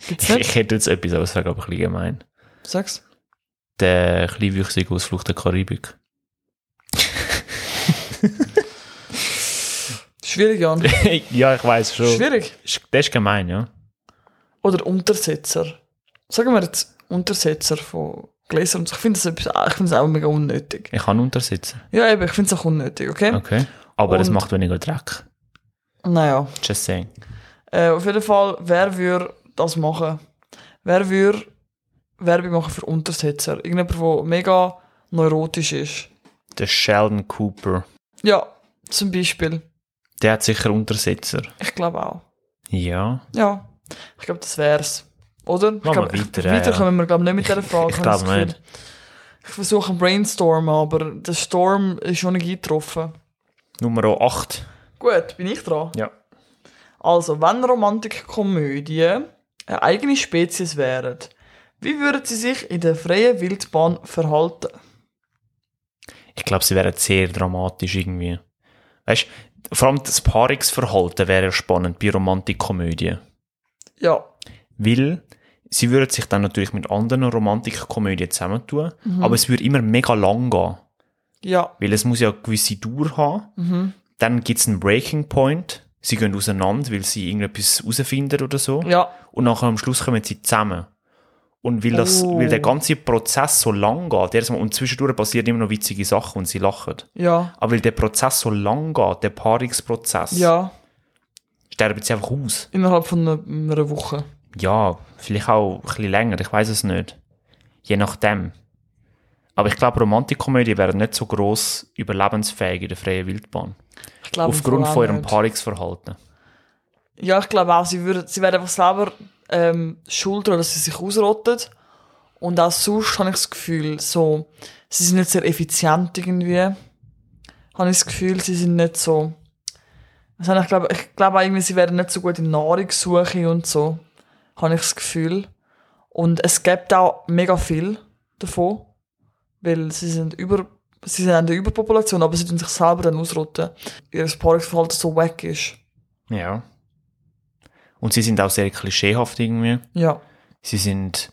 Gibt's Ich, nicht? ich hätte jetzt etwas, aber es wäre, glaube ich, ein bisschen gemein. Sag's. Der kleinwüchsige Ausflug der Karibik. Schwierig, Jan. ja, ich weiß schon. Schwierig. Ist- Das ist gemein, ja. Oder Untersetzer. Sagen wir jetzt Untersetzer von Gläsern. Ich finde das, etwas- ich find das auch mega unnötig. Ich kann untersitzen. Ja, eben, ich finde es auch unnötig, okay? Okay. Aber es Und- macht weniger Dreck. Naja. Just saying. Äh, auf jeden Fall, wer würde das machen? Wer würde Werbung machen für Untersetzer? Irgendjemand, der mega neurotisch ist. Der Sheldon Cooper. Ja, zum Beispiel. Der hat sicher Untersetzer. Ich glaube auch. Ja. Ja, ich glaube, das wär's. Oder? Ich wir glaub, weiter, ich, ja, weiter ja. kommen wir, glaube ich, nicht mit dieser Frage. ich hab das glaube nicht. Gefühl. Ich versuche einen Brainstorm, aber der Storm ist schon nicht eingetroffen. Nummer 8. Gut, bin ich dran. Ja. Also, wenn Romantikkomödien eine eigene Spezies wären, wie würden sie sich in der freien Wildbahn verhalten? Ich glaube, sie wären sehr dramatisch irgendwie. Weißt du, vor allem das Paarungsverhalten wäre spannend bei Romantikkomödien. Ja, Weil sie würden sich dann natürlich mit anderen Romantikkomödien zusammentun, aber es würde immer mega lang gehen. ja, Weil es muss ja eine gewisse Dauer haben. Dann gibt es einen Breaking Point. Sie gehen auseinander, weil sie irgendetwas herausfinden oder so. ja, Und nachher am Schluss kommen sie zusammen. Und weil, das, Oh. weil der ganze Prozess so lang geht, der, und zwischendurch passieren immer noch witzige Sachen und sie lachen. ja, Aber weil der Prozess so lang geht, der Paarungsprozess, ja, sterben sie einfach aus. innerhalb von einer- einer Woche. Ja, vielleicht auch ein bisschen länger, ich weiß es nicht. Je nachdem. Aber ich glaube, Romantikkomödien wären nicht so gross überlebensfähig in der freien Wildbahn. Ich glaub, Aufgrund auch von ihrem nicht. Paarungsverhalten. Ja, ich glaube auch, sie, würden, sie werden einfach selber ähm, schuld daran, dass sie sich ausrotten. Und auch sonst habe ich das Gefühl, so, sie sind nicht sehr effizient irgendwie. Habe ich das Gefühl, sie sind nicht so. Was habe ich glaube, ich glaube auch irgendwie, sie werden nicht so gut in Nahrungssuche und so. Habe ich das Gefühl. Und es gibt auch mega viel davon. Weil sie sind über, sie sind in der Überpopulation, aber sie tun sich selber dann ausrotten. Ihr Paarungsverhalten so wack ist. Ja. Und sie sind auch sehr klischeehaft irgendwie. Ja. Sie sind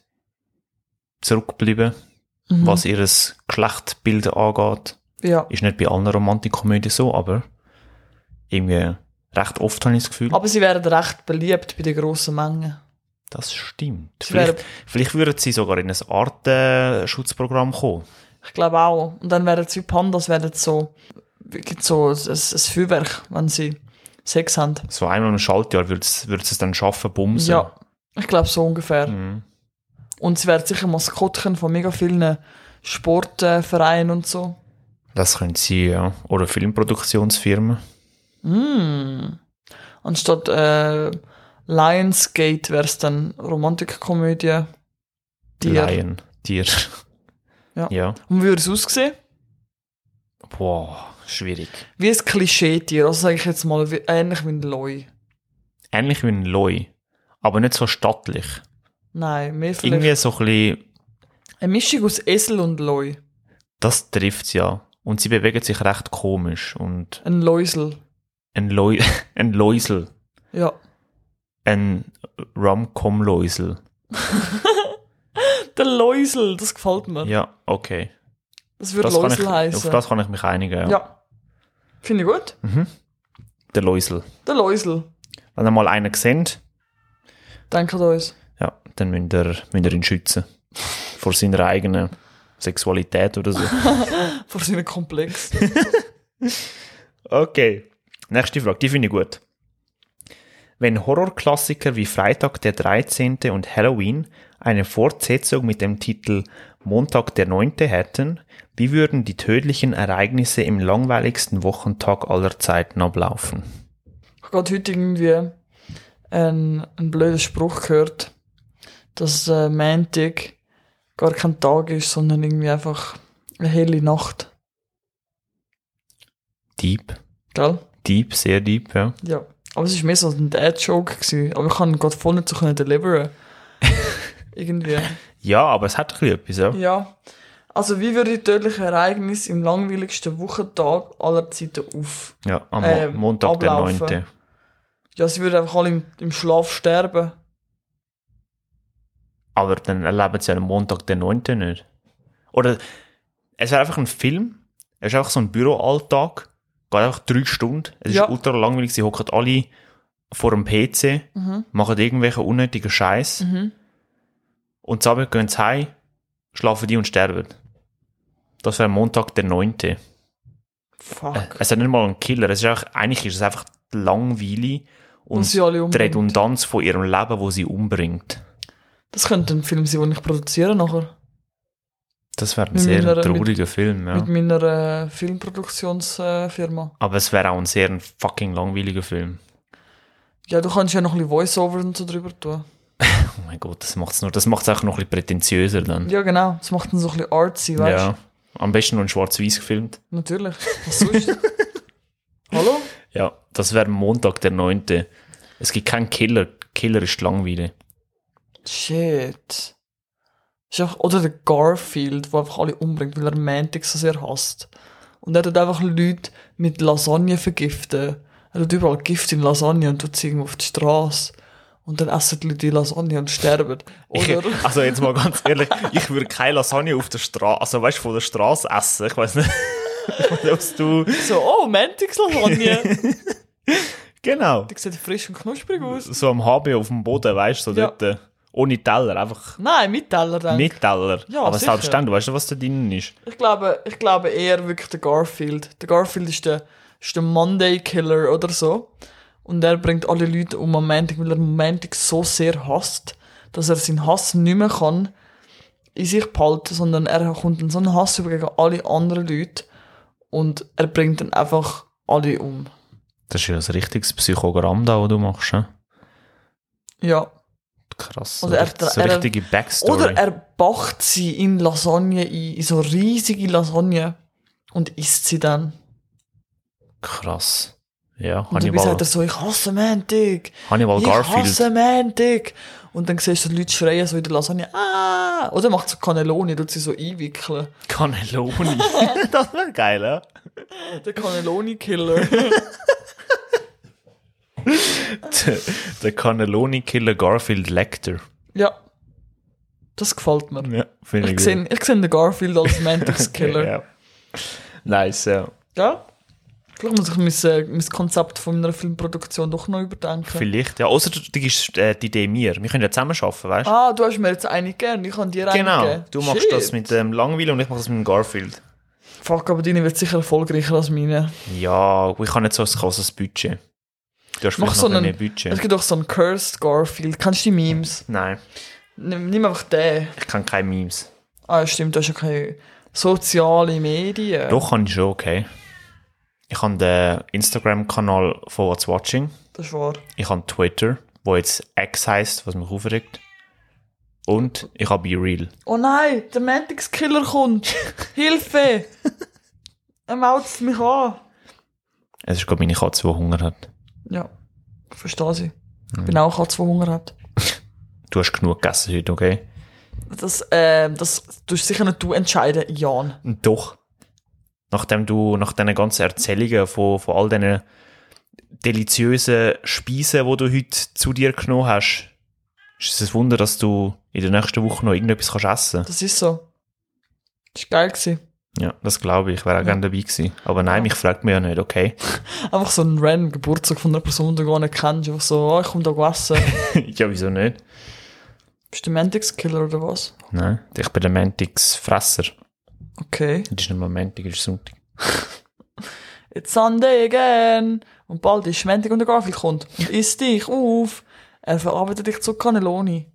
zurückgeblieben, Mhm. was ihr Geschlechtbild angeht. Ja. Ist nicht bei allen Romantikkomödien so, aber irgendwie recht oft habe ich das Gefühl, Aber sie werden recht beliebt bei den grossen Mengen. das stimmt. Sie wären- Vielleicht, vielleicht würden sie sogar in ein Artenschutzprogramm kommen. Ich glaube auch. Und dann werden sie wie Pandas werden so, wirklich so ein, ein Feuerwerk, wenn sie Sex haben. So einmal im Schaltjahr würde es, würde es dann schaffen, bumsen. Ja. Ich glaube so ungefähr. Mhm. Und sie werden sicher Maskottchen von mega vielen Sportvereinen und so. Das können sie, ja. Oder Filmproduktionsfirmen. Mm. Anstatt äh, Lionsgate wäre es dann Romantikkomödie. Tier. Laien. Tier. Ja. ja. Und wie würde es aussehen? Boah, schwierig. Wie ein Klischee-Tier. Also sage ich jetzt mal, wie, ähnlich wie ein Leu. Ähnlich wie ein Loi. aber nicht so stattlich. Nein, mehr vielleicht. Irgendwie so ein bisschen, Eine Mischung aus Esel und Leu. das trifft's ja. Und sie bewegen sich recht komisch und Ein Läusel. ein, Läu ein Läusel, Ja. ein Rom-Com-Läusel. Der Läusel, das gefällt mir. Ja, okay. Das würde Das kann ich, Läusel auf heißen. das kann ich mich einigen. Ja. ja. Finde ich gut. Der Läusel. Der Läusel. Wenn ihr mal einen seht, Danke uns. ja, dann müsst ihr, müsst ihr ihn schützen. Vor seiner eigenen Sexualität oder so. Vor seinem Komplex. Okay. Nächste Frage, die finde ich gut. Wenn Horrorklassiker wie Freitag der 13. und Halloween eine Fortsetzung mit dem Titel Montag der 9. hätten, wie würden die tödlichen Ereignisse im langweiligsten Wochentag aller Zeiten ablaufen? Ich habe gerade heute irgendwie einen, einen blöden Spruch gehört, dass äh, Montag gar kein Tag ist, sondern irgendwie einfach eine helle Nacht. Deep. Gell? Deep, sehr deep, ja. Ja. Aber es war mehr so ein Dad-Joke. gewesen. Aber ich kann ihn gerade voll nicht so können deliveren. irgendwie. Ja, aber es hat ein bisschen etwas, ja. Ja. Also, wie würde die tödliche Ereignis im langweiligsten Wochentag aller Zeiten auf? Ja, am Äh, Mo- Montag der ablaufen. 9. Ja, sie würden einfach alle im, im Schlaf sterben. Aber dann erleben sie ja am Montag der 9. nicht. Oder es wäre einfach ein Film, es ist einfach so ein Büroalltag, geht einfach drei Stunden, es Ja. ist ultra langweilig, sie hocken alle vor dem PC, Mhm. machen irgendwelche unnötigen Scheiß Mhm. und am Abend gehen sie heim, schlafen die und sterben. Das wäre Montag der 9. Fuck. Es ist nicht mal ein Killer, es ist einfach, eigentlich ist es einfach die Langweile Und und um- sie alle um- die umbringen. Redundanz von ihrem Leben, wo sie umbringt. Das könnte ein Film sein, den ich produziere nachher. Das wäre ein Mit sehr meiner- trauriger Film, ja. Mit meiner äh, Filmproduktionsfirma. Äh, Firma. Aber es wäre auch ein sehr fucking langweiliger Film. ja, du kannst ja noch ein bisschen Voice-Over und so drüber tun. Oh mein Gott, das macht es das macht's auch noch ein bisschen prätentiöser dann. Ja, genau. Das macht dann so ein bisschen artsy, weißt du? Ja. Am besten noch in schwarz-weiß gefilmt. Natürlich. Was sonst? Hallo? Ja, das wäre Montag, der 9. Es gibt keinen Killer. Killer ist die Langweile. Shit. Ist einfach, oder der Garfield, der einfach alle umbringt, weil er Mantic so sehr hasst. Und er tut einfach Leute mit Lasagne vergiften. Er tut überall Gift in Lasagne und tut sie irgendwo auf die Straße. Und dann essen die Leute die Lasagne und sterben. Ich, Oder? also jetzt mal ganz ehrlich, ich würde keine Lasagne auf der Straße, also weißt du, von der Straße essen. Ich weiß nicht, was du... so, oh, Mantics Lasagne. Genau. Die sieht frisch und knusprig aus. So am HB auf dem Boden, weißt du, so Ja. dort. äh, Ohne Teller, einfach Nein, mit Teller denke mit Teller. Ja, Aber sicher. selbst dann, du weißt du, was da drinnen ist. ich. Glaube, ich glaube eher wirklich der Garfield. Der Garfield ist der, ist der Monday Killer oder so. Und er bringt alle Leute um am Montag, weil er Montag so sehr hasst, dass er seinen Hass nicht mehr kann in sich behalten, sondern er kommt dann so einen Hass über gegen alle anderen Leute und er bringt dann einfach alle um. Das ist ja ein richtiges Psychogramm da, was du machst. He? Ja. Krass. Oder Oder er- so er- richtige Backstory. Oder er backt sie in Lasagne ein, in so riesige Lasagne und isst sie dann. Krass. Ja, Und dabei Hannibal, sagt er so, ich hasse Mantic, Hannibal ich Garfield. hasse Mantic. Und dann siehst du die Leute schreien so in der Lasagne, ah! Oder macht so Cannelloni, tut sie so einwickeln. Cannelloni. das wäre geil, ja? Der Cannelloni-Killer. Der Cannelloni-Killer Garfield Lecter. ja. Das gefällt mir. Ja, finde Ich sehe ich seh den Garfield als Mantics-Killer. Ja. Nice, ja. Ja? Vielleicht muss ich mein, äh, mein Konzept von meiner Filmproduktion doch noch überdenken. Vielleicht, ja. Außer du, du gibst äh, die Idee mir. Wir können ja zusammen arbeiten, weißt du? Ah, du hast mir jetzt eine gegeben, ich kann dir eine genau. geben. Du machst Ah, Shit. das mit ähm, Langweile und ich mache das mit dem Garfield. Fuck, aber deine wird sicher erfolgreicher als meine. Ja, ich habe nicht so ein krasses Budget. Du hast Mach vielleicht so noch mehr einen... Es Budget. gibt doch so einen Cursed Garfield. Kennst du die Memes? Nein, Nimm, nimm einfach den. ich kann keine Memes. Ah, stimmt, du hast ja keine soziale Medien. Doch kann ich schon, okay. Ich habe den Instagram-Kanal von What's Watching. Das ist wahr. Ich habe Twitter, wo jetzt X heißt, was mich aufregt. Und ich habe Be Real. Oh nein, der Mantix-Killer kommt. Hilfe! er mauzt mich an. Es ist gerade meine Katze, die Hunger hat. Ja, ich verstehe sie. Ich bin auch Katze, die Hunger hat. Du hast genug gegessen heute, okay? Das, ähm, das tust sicher nicht du entscheiden, Jan. Doch. Nachdem du nach deinen ganzen Erzählungen von, von all diesen deliziösen Speisen, die du heute zu dir genommen hast, ist es ein Wunder, dass du in der nächsten Woche noch irgendetwas kannst essen Das ist so. Das war geil. Gewesen. Ja, das glaube ich. Ich wäre auch Ja. gerne dabei gewesen. Aber nein, mich fragt man ja nicht, okay? Einfach so ein random Geburtstag von einer Person, die du gar nicht kennst. Einfach so, oh, ich komme da essen. ja, wieso nicht? Bist du Mantix-Killer oder was? Nein, ich bin der Mantix-Fresser. Okay. Das ist nicht mal Montag, das ist Sonntag. It's Sunday again. Und bald ist Montag und der Garfield kommt. Und isst dich auf. Er verarbeitet dich zu Cannelloni.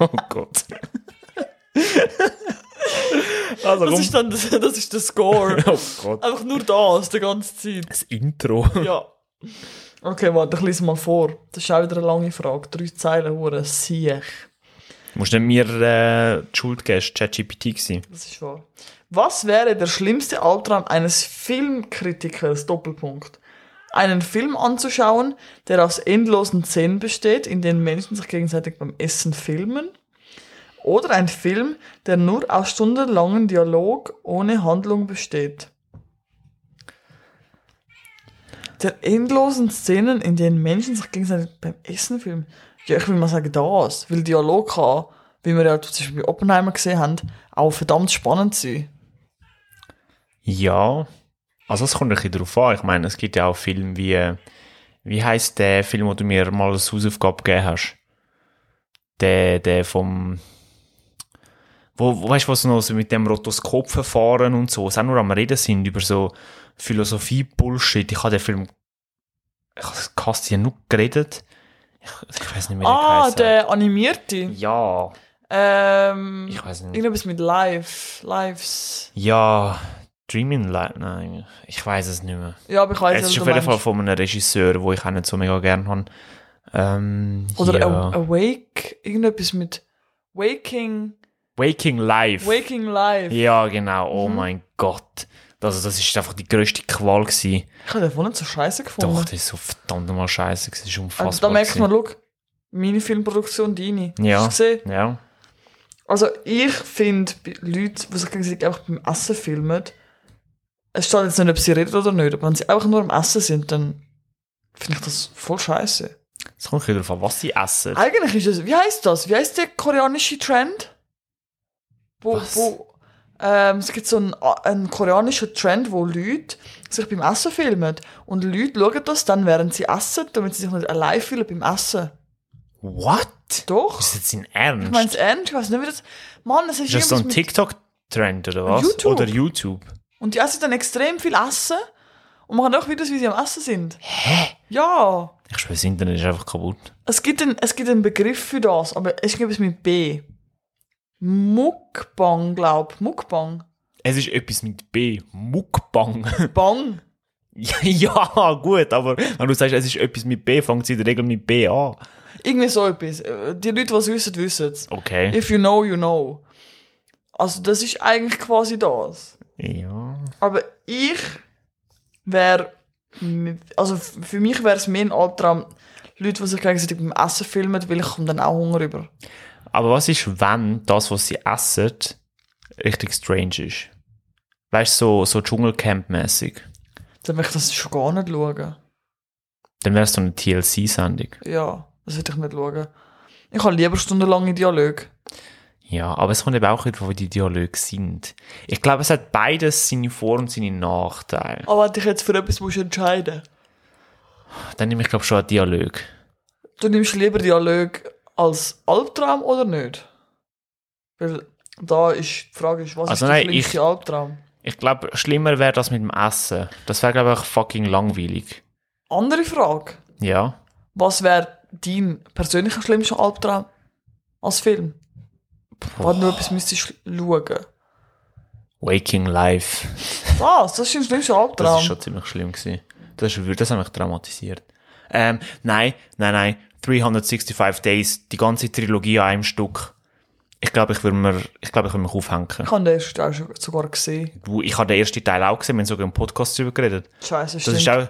Oh Gott. also, Das komm. ist dann, das ist der Score. Oh Gott. Einfach nur das, die ganze Zeit. Das Intro. Ja. Okay, warte, ich lese mal vor. Das ist auch wieder eine lange Frage. Drei Zeilen, hure siech. Du musst nicht mir äh, die Schuld geben, es war ChatGPT. gewesen. Das ist wahr. Was wäre der schlimmste Albtraum eines Filmkritikers? Doppelpunkt. Einen Film anzuschauen, der aus endlosen Szenen besteht, in denen Menschen sich gegenseitig beim Essen filmen. Oder ein Film, der nur aus stundenlangen Dialog ohne Handlung besteht. Der endlosen Szenen, in denen Menschen sich gegenseitig beim Essen filmen. Ja, ich will mal sagen, das. Weil Dialog kann, wie wir ja zum Beispiel bei Oppenheimer gesehen haben, auch verdammt spannend sein. Ja. Also, es kommt ein bisschen darauf an. Ich meine, es gibt ja auch Filme wie. äh, Wie heisst der Film, wo du mir mal als Hausaufgabe gegeben hast? Der, der vom. Wo, wo, weißt du, was noch so mit dem Rotoskopverfahren und so, was auch nur am Reden sind über so Philosophie-Bullshit. Ich habe den Film. Ich habe gehasst, die haben nur geredet. Ich, ich weiß nicht mehr, wie Ah, heisst. der animierte. Ja, Ähm, ich weiß nicht. irgendwas mit Live. Lives. Ja, Dreaming Light, nein, ich weiß es nicht mehr. Ja, aber ich weiß es ist was auf Also, du jeden Fall meinst. von einem Regisseur, wo ich auch nicht so mega gern habe. Ähm, Oder ja. A- Awake. Irgendetwas mit Waking. Waking Life. Waking Mhm. Live. ja, genau. Oh mein Gott. Also, das ist einfach die größte Qual gewesen. Ich habe den voll nicht so scheiße gefunden. Doch, das ist so verdammt mal scheiße. gewesen. Das ist unfassbar. also, da merkt man, gewesen. schau, meine Filmproduktion, deine. Ja. Hast du gesehen? Ja. Also ich finde, bei Leute, die sich gegenseitig einfach beim Essen filmen, es steht jetzt nicht, ob sie reden oder nicht, aber wenn sie einfach nur am Essen sind, dann finde ich das voll scheiße. Es kommt ein bisschen darauf an, was sie essen. Eigentlich ist das, wie heißt das? Wie heißt der koreanische Trend? Wo, Was? wo ähm, es gibt so einen, einen koreanischen Trend, wo Leute sich beim Essen filmen und Leute schauen das dann, während sie essen, damit sie sich nicht allein fühlen beim Essen. What? Doch? Ist das jetzt in Ich Ernst? meine es ernst, ich weiß nicht, wie das... Mann, das ist ist das so irgendwas ein mit- TikTok-Trend oder was? YouTube. Oder YouTube? Und die essen dann extrem viel Essen und machen auch Videos, wie sie am Essen sind. Hä? Ja. Ich schwöre, das Internet ist einfach kaputt. Es gibt, einen, es gibt einen Begriff für das, aber es gibt etwas mit B. Mukbang, glaub. Mukbang. Es ist etwas mit B. Mukbang. Bang. Ja, ja, gut, aber wenn du sagst, es ist etwas mit B, fängt sie in der Regel mit B an. Irgendwie so etwas. Äh, Die Leute, die es wissen, wissen es. Okay. If you know, you know. Also das ist eigentlich quasi das. Ja. Aber ich wäre. Also f- für mich wäre es mehr ein Albtraum, Leute, die sich gegenseitig beim Essen filmen, weil ich komme dann auch Hunger über. Aber was ist, wenn das, was sie essen, richtig strange ist? Weißt du, so, so Dschungelcamp-mäßig. Dann möchte ich das schon gar nicht schauen. Dann wäre es so eine TLC-Sendung. Ja, das würde ich nicht schauen. Ich habe lieber stundenlange Dialoge. Ja, aber es kommt eben auch irgendwo, wo die Dialoge sind. Ich glaube, es hat beides seine Vor- und seine Nachteile. Aber wenn dich jetzt für etwas musst entscheiden Dann nehme ich, glaube ich, schon einen Dialog. du nimmst lieber Dialog als Albtraum oder nicht? Weil da ist die Frage, ist, was Also ist der nein, schlimmste ich- Albtraum? Ich glaube, schlimmer wäre das mit dem Essen. Das wäre, glaube ich, fucking langweilig. Andere Frage. Ja. Was wäre dein persönlicher schlimmster Albtraum als Film? Wenn du etwas müsstest schauen. Waking Life. Was? Das ist dein schlimmster Das war Albtraum. schon ziemlich schlimm. Gewesen. Das, ist, wirklich- das hat mich traumatisiert. Ähm, nein, nein, nein. 365 Days, die ganze Trilogie an einem Stück. Ich glaube, ich würde mir, ich glaube, ich würde mich aufhängen. Ich habe den ersten auch schon- sogar gesehen. Du, Ich habe den ersten Teil auch gesehen, wir haben sogar im Podcast darüber geredet. Scheiße, Das stimmt. ist auch,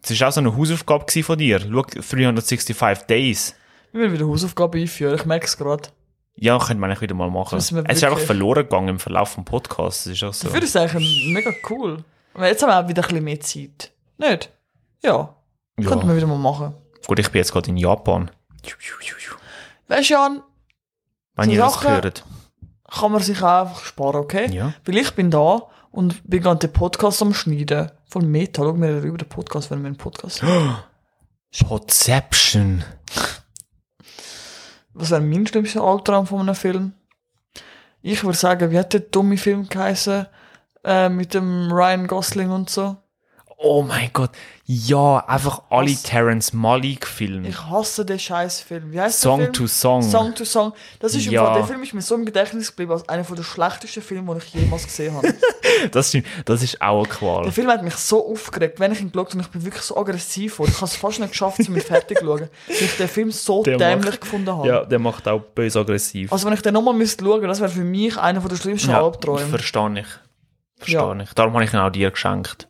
das ist auch so eine Hausaufgabe gewesen von dir. Schau, 365 Days. Ich will wieder Hausaufgaben einführen, ich merke es gerade. Ja, könnte man eigentlich wieder mal machen. Es Das müssen wir ist einfach wirklich- verloren gegangen im Verlauf des Podcasts. Das ist auch so. Dafür ist es eigentlich mega cool. Aber jetzt haben wir auch wieder ein bisschen mehr Zeit. Nicht? Ja. Ja. Könnten wir wieder mal machen. Gut, ich bin jetzt gerade in Japan. Weißt du, Jan, Wenn So ihr das Sachen- hört. kann man sich auch einfach sparen, okay? Ja. Weil ich bin da und bin gerade den Podcast am Schneiden. Von Meta, schau mir über den Podcast, wenn wir einen Podcast haben. Podception. Was wäre mein schlimmster Albtraum von einem Film? Ich würde sagen, wie hat der dumme Film geheißen? Äh, mit dem Ryan Gosling und so. Oh mein Gott. Ja, einfach alle Was? Terence Malik-Filme. Ich hasse den scheiß Film. Wie heißt der Song Film? to Song. Song to Song. Das ist Ja. ja. der Film ist mir so im Gedächtnis geblieben als einer der schlechtesten Filme, die ich jemals gesehen habe. Das, stimmt. das ist auch eine der Qual. Film hat mich so aufgeregt, wenn ich ihn geschaut habe, und ich bin wirklich so aggressiv geworden. Ich habe es fast nicht geschafft, um ihn fertig zu schauen, weil ich den Film so Der dämlich macht- gefunden habe. Ja, der macht auch böse aggressiv. Also wenn ich den nochmal müsste schauen, das wäre für mich einer der schlimmsten ja, Albträume. Verstehe ich. Verstehe Ja. ich. Darum habe ich ihn auch dir geschenkt.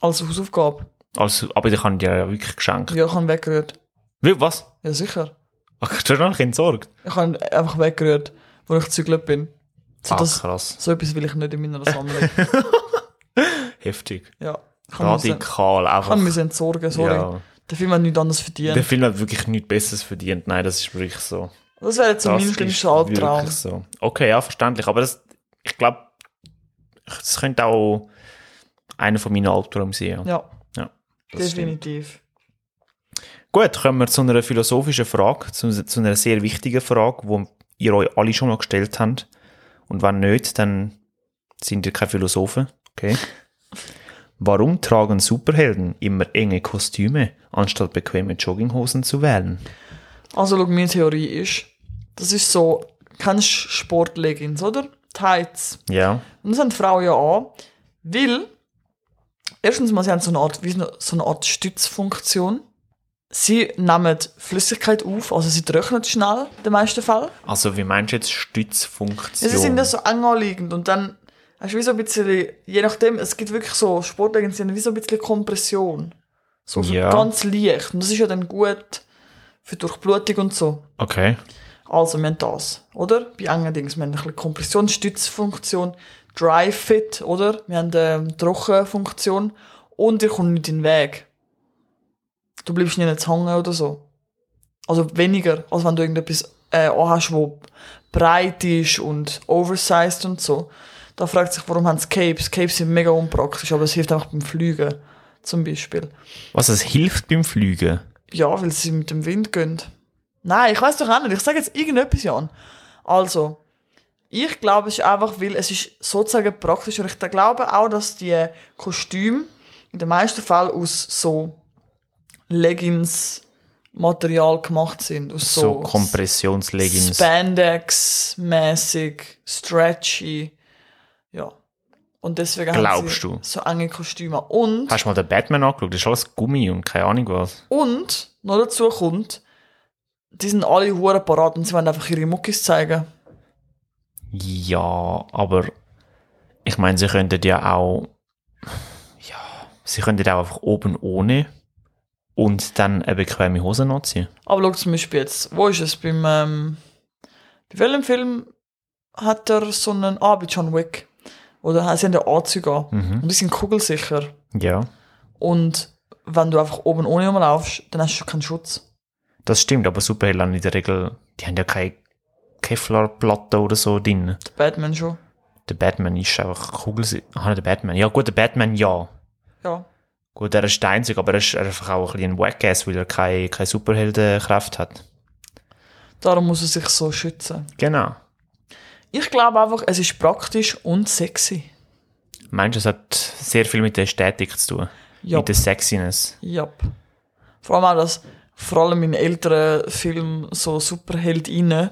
Als Hausaufgabe. Also, aber ich habe ihn dir ja wirklich geschenkt. Ja, ich habe ihn weggerührt. Wie, Was? Ja, sicher. Ach, hast du noch nicht entsorgt? Ich habe ihn einfach weggerührt, wo ich gezügelt bin. So, Ah, das, krass. so etwas will ich nicht in meiner Sammlung. Heftig. ja. Ich kann ihn Radikal, ich kann ihn einfach. müssen entsorgen, sorry. Ja. Der Film hat nichts anderes verdient. Der Film hat wirklich nichts Besseres verdient. Nein, das ist wirklich so. Das wäre jetzt so das mein ist schlimmster Albtraum. wirklich so. Okay, ja, verständlich. Aber das, ich glaube, das könnte auch einer von meinen Albträumen sein. Ja. Ja, Ja, das stimmt. definitiv. Gut, kommen wir zu einer philosophischen Frage, zu, zu einer sehr wichtigen Frage, die ihr euch alle schon mal gestellt habt. Und wenn nicht, dann sind ihr keine Philosophen. Okay. Warum tragen Superhelden immer enge Kostüme, anstatt bequeme Jogginghosen zu wählen? Also, schau, meine Theorie ist, das ist so, kennst du Sportleggings, oder? Tights. Ja. Und das haben die Frauen ja an, weil, erstens mal, sie haben so eine Art, wie so eine- so eine Art Stützfunktion. Sie nehmen Flüssigkeit auf, also sie trocknen schnell, in den meisten Fällen. Also, wie meinst du jetzt Ja, Stützfunktion? sie Also, sind ja so eng anliegend und dann hast du wie so ein bisschen, je nachdem, es gibt wirklich so Sportleggings, die haben wie so ein bisschen Kompression. So, so Ja. ganz leicht. Und das ist ja dann gut für die Durchblutung und so. Okay. Also, wir haben das, oder? Bei engen Dings. Wir haben ein bisschen Kompressionsstützfunktion, Dry Fit, oder? Wir haben ähm, Trockenfunktion und ihr kommt nicht in den Weg. Du bleibst nicht jetzt hängen oder so. Also weniger, als wenn du irgendetwas äh, anhast, wo breit ist und oversized und so. Da fragt sich, warum haben sie Capes? Capes sind mega unpraktisch, aber es hilft einfach beim Fliegen, zum Beispiel. Was, es hilft beim Fliegen? Ja, weil sie mit dem Wind gehen. Nein, ich weiß doch auch nicht. Ich sage jetzt irgendetwas, Jan. Also, ich glaube, es ist einfach, weil es ist sozusagen praktisch und ich glaube auch, dass die Kostüme in den meisten Fällen aus so Leggings-Material gemacht sind. Aus So, so, Kompressionsleggings. Spandex-mäßig, stretchy. Ja. Und deswegen Glaubst du? haben sie so enge Kostüme. Und Hast du mal den Batman angeschaut? Das ist alles Gummi und keine Ahnung was. Und noch dazu kommt, die sind alle hure parat und sie wollen einfach ihre Muckis zeigen. Ja, aber ich meine, sie könnten ja auch. Ja, sie könnten auch einfach oben ohne und dann eine bequeme Hose anziehen. Aber schau zum Beispiel jetzt, wo ist es? Beim, ähm, bei welchem Film hat er so einen, ah, bei John Wick. Oder sie haben ja Anzüge an. Mhm. Und die sind kugelsicher. Ja, Und wenn du einfach oben ohne rumlaufst, dann hast du keinen Schutz. das stimmt, aber Superhelden haben in der Regel, die haben ja keine Kevlar-Platte oder so drin. Der Batman schon. Der Batman ist einfach Kugel. Ah, nicht der Batman. Ja, gut, der Batman ja. Ja. Gut, er ist der Einzige, aber er ist einfach auch ein bisschen ein Wackass, weil er keine, keine Superheldenkraft hat. Darum muss er sich so schützen. Genau. Ich glaube einfach, es ist praktisch und sexy. Meinst du, es hat sehr viel mit der Ästhetik zu tun? Ja. Mit der Sexiness? Ja. Vor allem auch, dass vor allem in älteren Filmen so Superheldinnen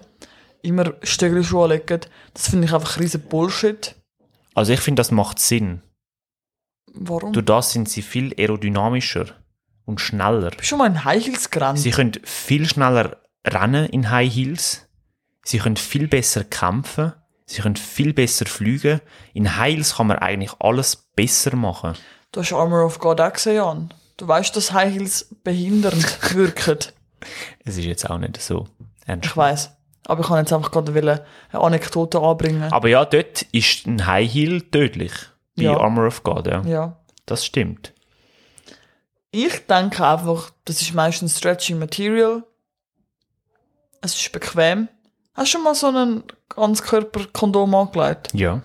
immer Stöckelschuhe anlegen. Das finde ich einfach riesen Bullshit. Also ich finde, das macht Sinn. Warum? Durch das sind sie viel aerodynamischer und schneller. bist du schon mal in High Heels gerannt? Sie können viel schneller rennen in High Heels. Sie können viel besser kämpfen. Sie können viel besser fliegen. In High Heels kann man eigentlich alles besser machen. du hast Armor of God auch gesehen, Jan. Du weißt, dass High Heels behindernd wirken. Es ist jetzt auch nicht so ernst. Ich weiß. Aber ich kann jetzt einfach gerade wollen eine Anekdote anbringen. Aber ja, dort ist ein High Heel tödlich. Bei Ja. Armor of God, ja. Ja. Das stimmt. Ich denke einfach, das ist meistens stretchy Material. Es ist bequem. Hast du schon mal so einen Ganzkörper-Kondom angelegt? Ja.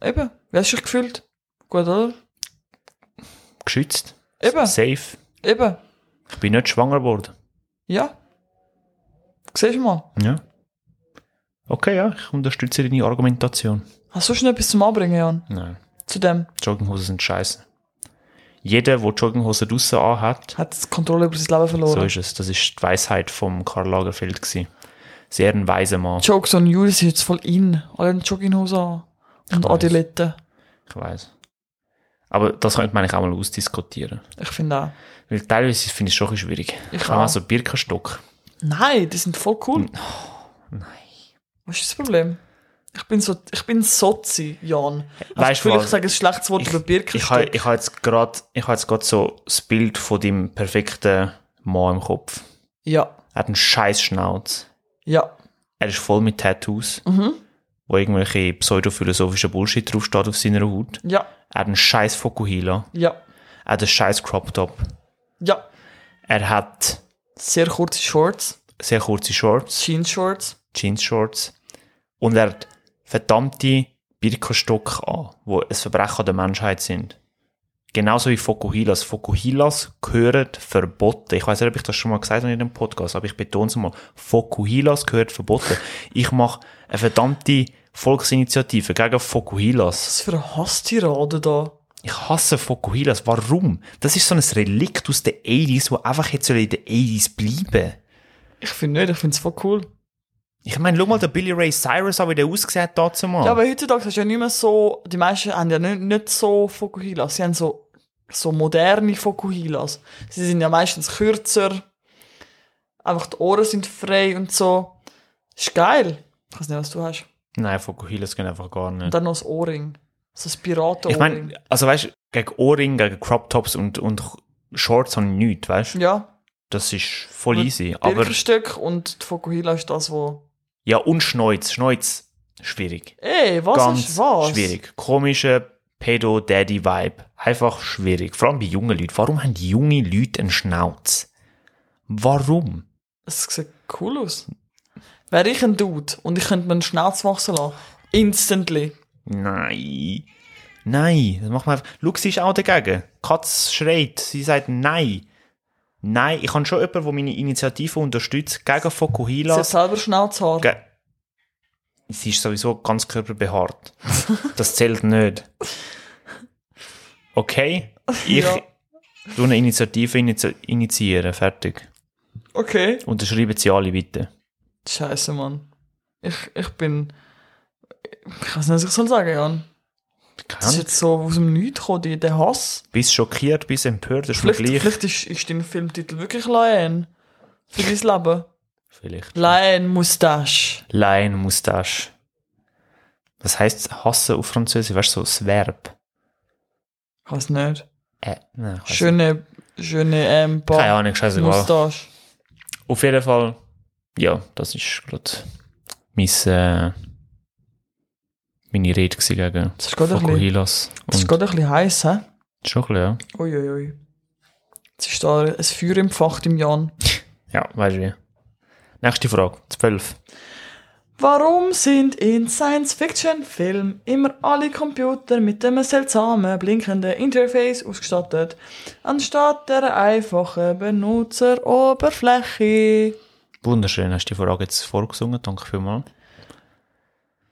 Eben. Wie hast du dich gefühlt? Gut, oder? Geschützt. Eben. Safe. Eben. Ich bin nicht schwanger geworden. Ja. Siehst du mal. Ja. Okay, ja, ich unterstütze deine Argumentation. Hast du schon etwas zum Anbringen, Jan? Nein. Zu dem. Jogginghosen sind scheiße. Jeder, der Jogginghosen draussen anhat, Hat die Kontrolle über sein so Leben verloren. ist es. Das ist die Weisheit von Karl Lagerfeld. Gewesen. Sehr ein weiser Mann. Jokes on you, das ist jetzt voll in. Alle haben Jogginghose an. Und weiss. Adiletten. Ich weiß. Aber das könnte man eigentlich auch mal ausdiskutieren. Ich finde auch. Weil teilweise finde ich es schon ein bisschen schwierig. Ich Ich habe auch. also Birkenstock. Nein, die sind voll Hm. cool. nein. Oh, Was ist das Problem? Ich bin so, ich bin sozi, Jan. Weißt du, du ich was? sage ein schlechtes Wort über Ich habe Birkenstock. ich habe jetzt gerade ich habe jetzt gerade so das Bild von dem perfekten Mann im Kopf. Ja, Er hat einen scheiß Schnauz. ja. Er ist voll mit Tattoos, wo irgendwelche pseudophilosophischen Bullshit draufsteht auf seiner Haut. Ja, Er hat einen scheiß Fokuhila. ja, Er hat einen scheiß Crop Top. ja. Er hat Sehr kurze Shorts, sehr kurze Shorts, Jeans-Shorts. Jeans Shorts. Und er hat verdammte Birkenstock an, wo ein Verbrechen der Menschheit sind. Genauso wie Fokuhilas. Fokuhilas gehören verboten. Ich weiß nicht, ob ich das schon mal gesagt habe in einem Podcast, aber ich betone es mal. Fokuhilas gehört verboten. Ich mache eine verdammte Volksinitiative gegen Fokuhilas. Was für eine Hasstirade da. Ich hasse Fokuhilas. Warum? Das ist so ein Relikt aus den 80s, wo einfach jetzt soll in den 80s bleiben Ich finde nicht, ich finde es voll cool. Ich meine, schau mal den Billy Ray Cyrus an, wie der ausgesehen hat dazu mal. Ja, aber heutzutage ist ja nicht mehr so, die meisten haben ja nicht, nicht so Fokuhilas. Sie haben so, so moderne Fokuhilas. Sie sind ja meistens kürzer. Einfach die Ohren sind frei und so. Ist geil. Ich weiß nicht, was du hast. Nein, Fokuhilas gehen einfach gar Und nicht. dann noch das Ohrring. So ein Piratenohrring. Hm. Ich meine, also weißt du, gegen Ohrringe, gegen Crop Tops und, und Shorts habe ich nichts, weißt du? ja, Das ist voll Mit easy. Aber Birkenstück und die Fokuhila ist das, wo... ja, und Schneuz. Schneuz, schwierig. Ey, was Ganz ist was? schwierig. Komischer Pedo-Daddy-Vibe. Einfach schwierig. Vor allem bei jungen Leuten. Warum haben junge Leute einen Schnauz? Warum? Es sieht cool aus. Wäre ich ein Dude und ich könnte mir einen Schnauz wachsen lassen, instantly. Nein. Nein, das macht man einfach. Schau, sie ist auch dagegen. Katz schreit, sie sagt nein. Nein, ich habe schon jemanden, der meine Initiative unterstützt, gegen Sie hat Fokuhilas. selber Schnauzhaar. Ge sie ist sowieso ganz körperbehaart. Das zählt nicht. Okay? Ich Ja. tu eine Initiative initi initiieren, fertig. Okay. Unterschreiben sie alle bitte. Scheiße, Mann. Ich, ich bin. Ich weiß nicht, was ich soll sagen, Jan. Das ist Keine jetzt so aus dem Nichts gekommen, die- der Hass. Bist schockiert, bist empört, das ist mir Vielleicht, gleich. vielleicht ist, ist dein Filmtitel wirklich Lion. Für dein Leben. Vielleicht. Lion Mustache. Lion Moustache. Was heißt hassen auf Französisch? Weißt du, so das Verb. Ich weiß nicht. Äh, nein, ich weiss Schöne, schöne ähm, nicht. Keine pa Ahnung, scheißegal. Mustache. Auf jeden Fall, ja, das ist gerade mein, äh, meine Rede gewesen gegen Das ist gerade ein bisschen, Fokuhilas. das ist Und gerade ein bisschen heiß, hä? schon ein bisschen, ja. Uiuiui. Jetzt ist da ein Feuer im Fach im Jan. Ja, weißt du wie. Nächste Frage, 12. Warum sind in Science-Fiction-Filmen immer alle Computer mit einem seltsamen blinkenden Interface ausgestattet, anstatt der einfachen Benutzeroberfläche? Wunderschön, hast du die Frage jetzt vorgesungen, danke vielmals.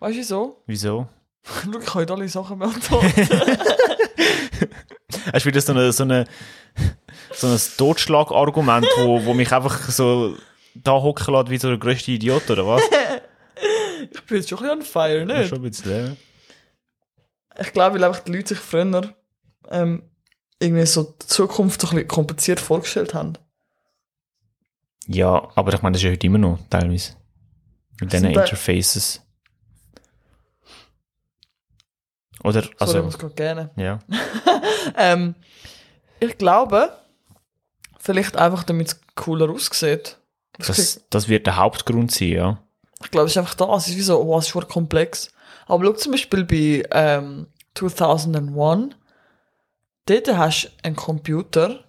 Weißt du so? Wieso? Schau, ich kann heute alle Sachen beantworten. Hast du wieder so, eine, so, eine, so ein Totschlagargument, wo, wo mich einfach so da hocken lässt wie so der größte Idiot, oder was? ich bin jetzt schon ein bisschen on fire, Ja, nicht? schon ein bisschen, ja. Ich glaube, weil einfach die Leute sich früher ähm, irgendwie so die Zukunft so ein bisschen kompliziert vorgestellt haben. ja, aber ich meine, das ist ja heute immer noch teilweise. Mit diesen Sind da- Interfaces. Oder, Also, Sorry, also, ich muss gerade gerne. ja. Ähm, ich glaube, vielleicht einfach damit cooler aussieht. Das sieht- Das, das wird der Hauptgrund sein, ja. ich glaube, es ist einfach das. Es ist wie so, oh, es ist schon komplex. Aber schau zum Beispiel bei ähm, 2001. Dort hast du einen Computer,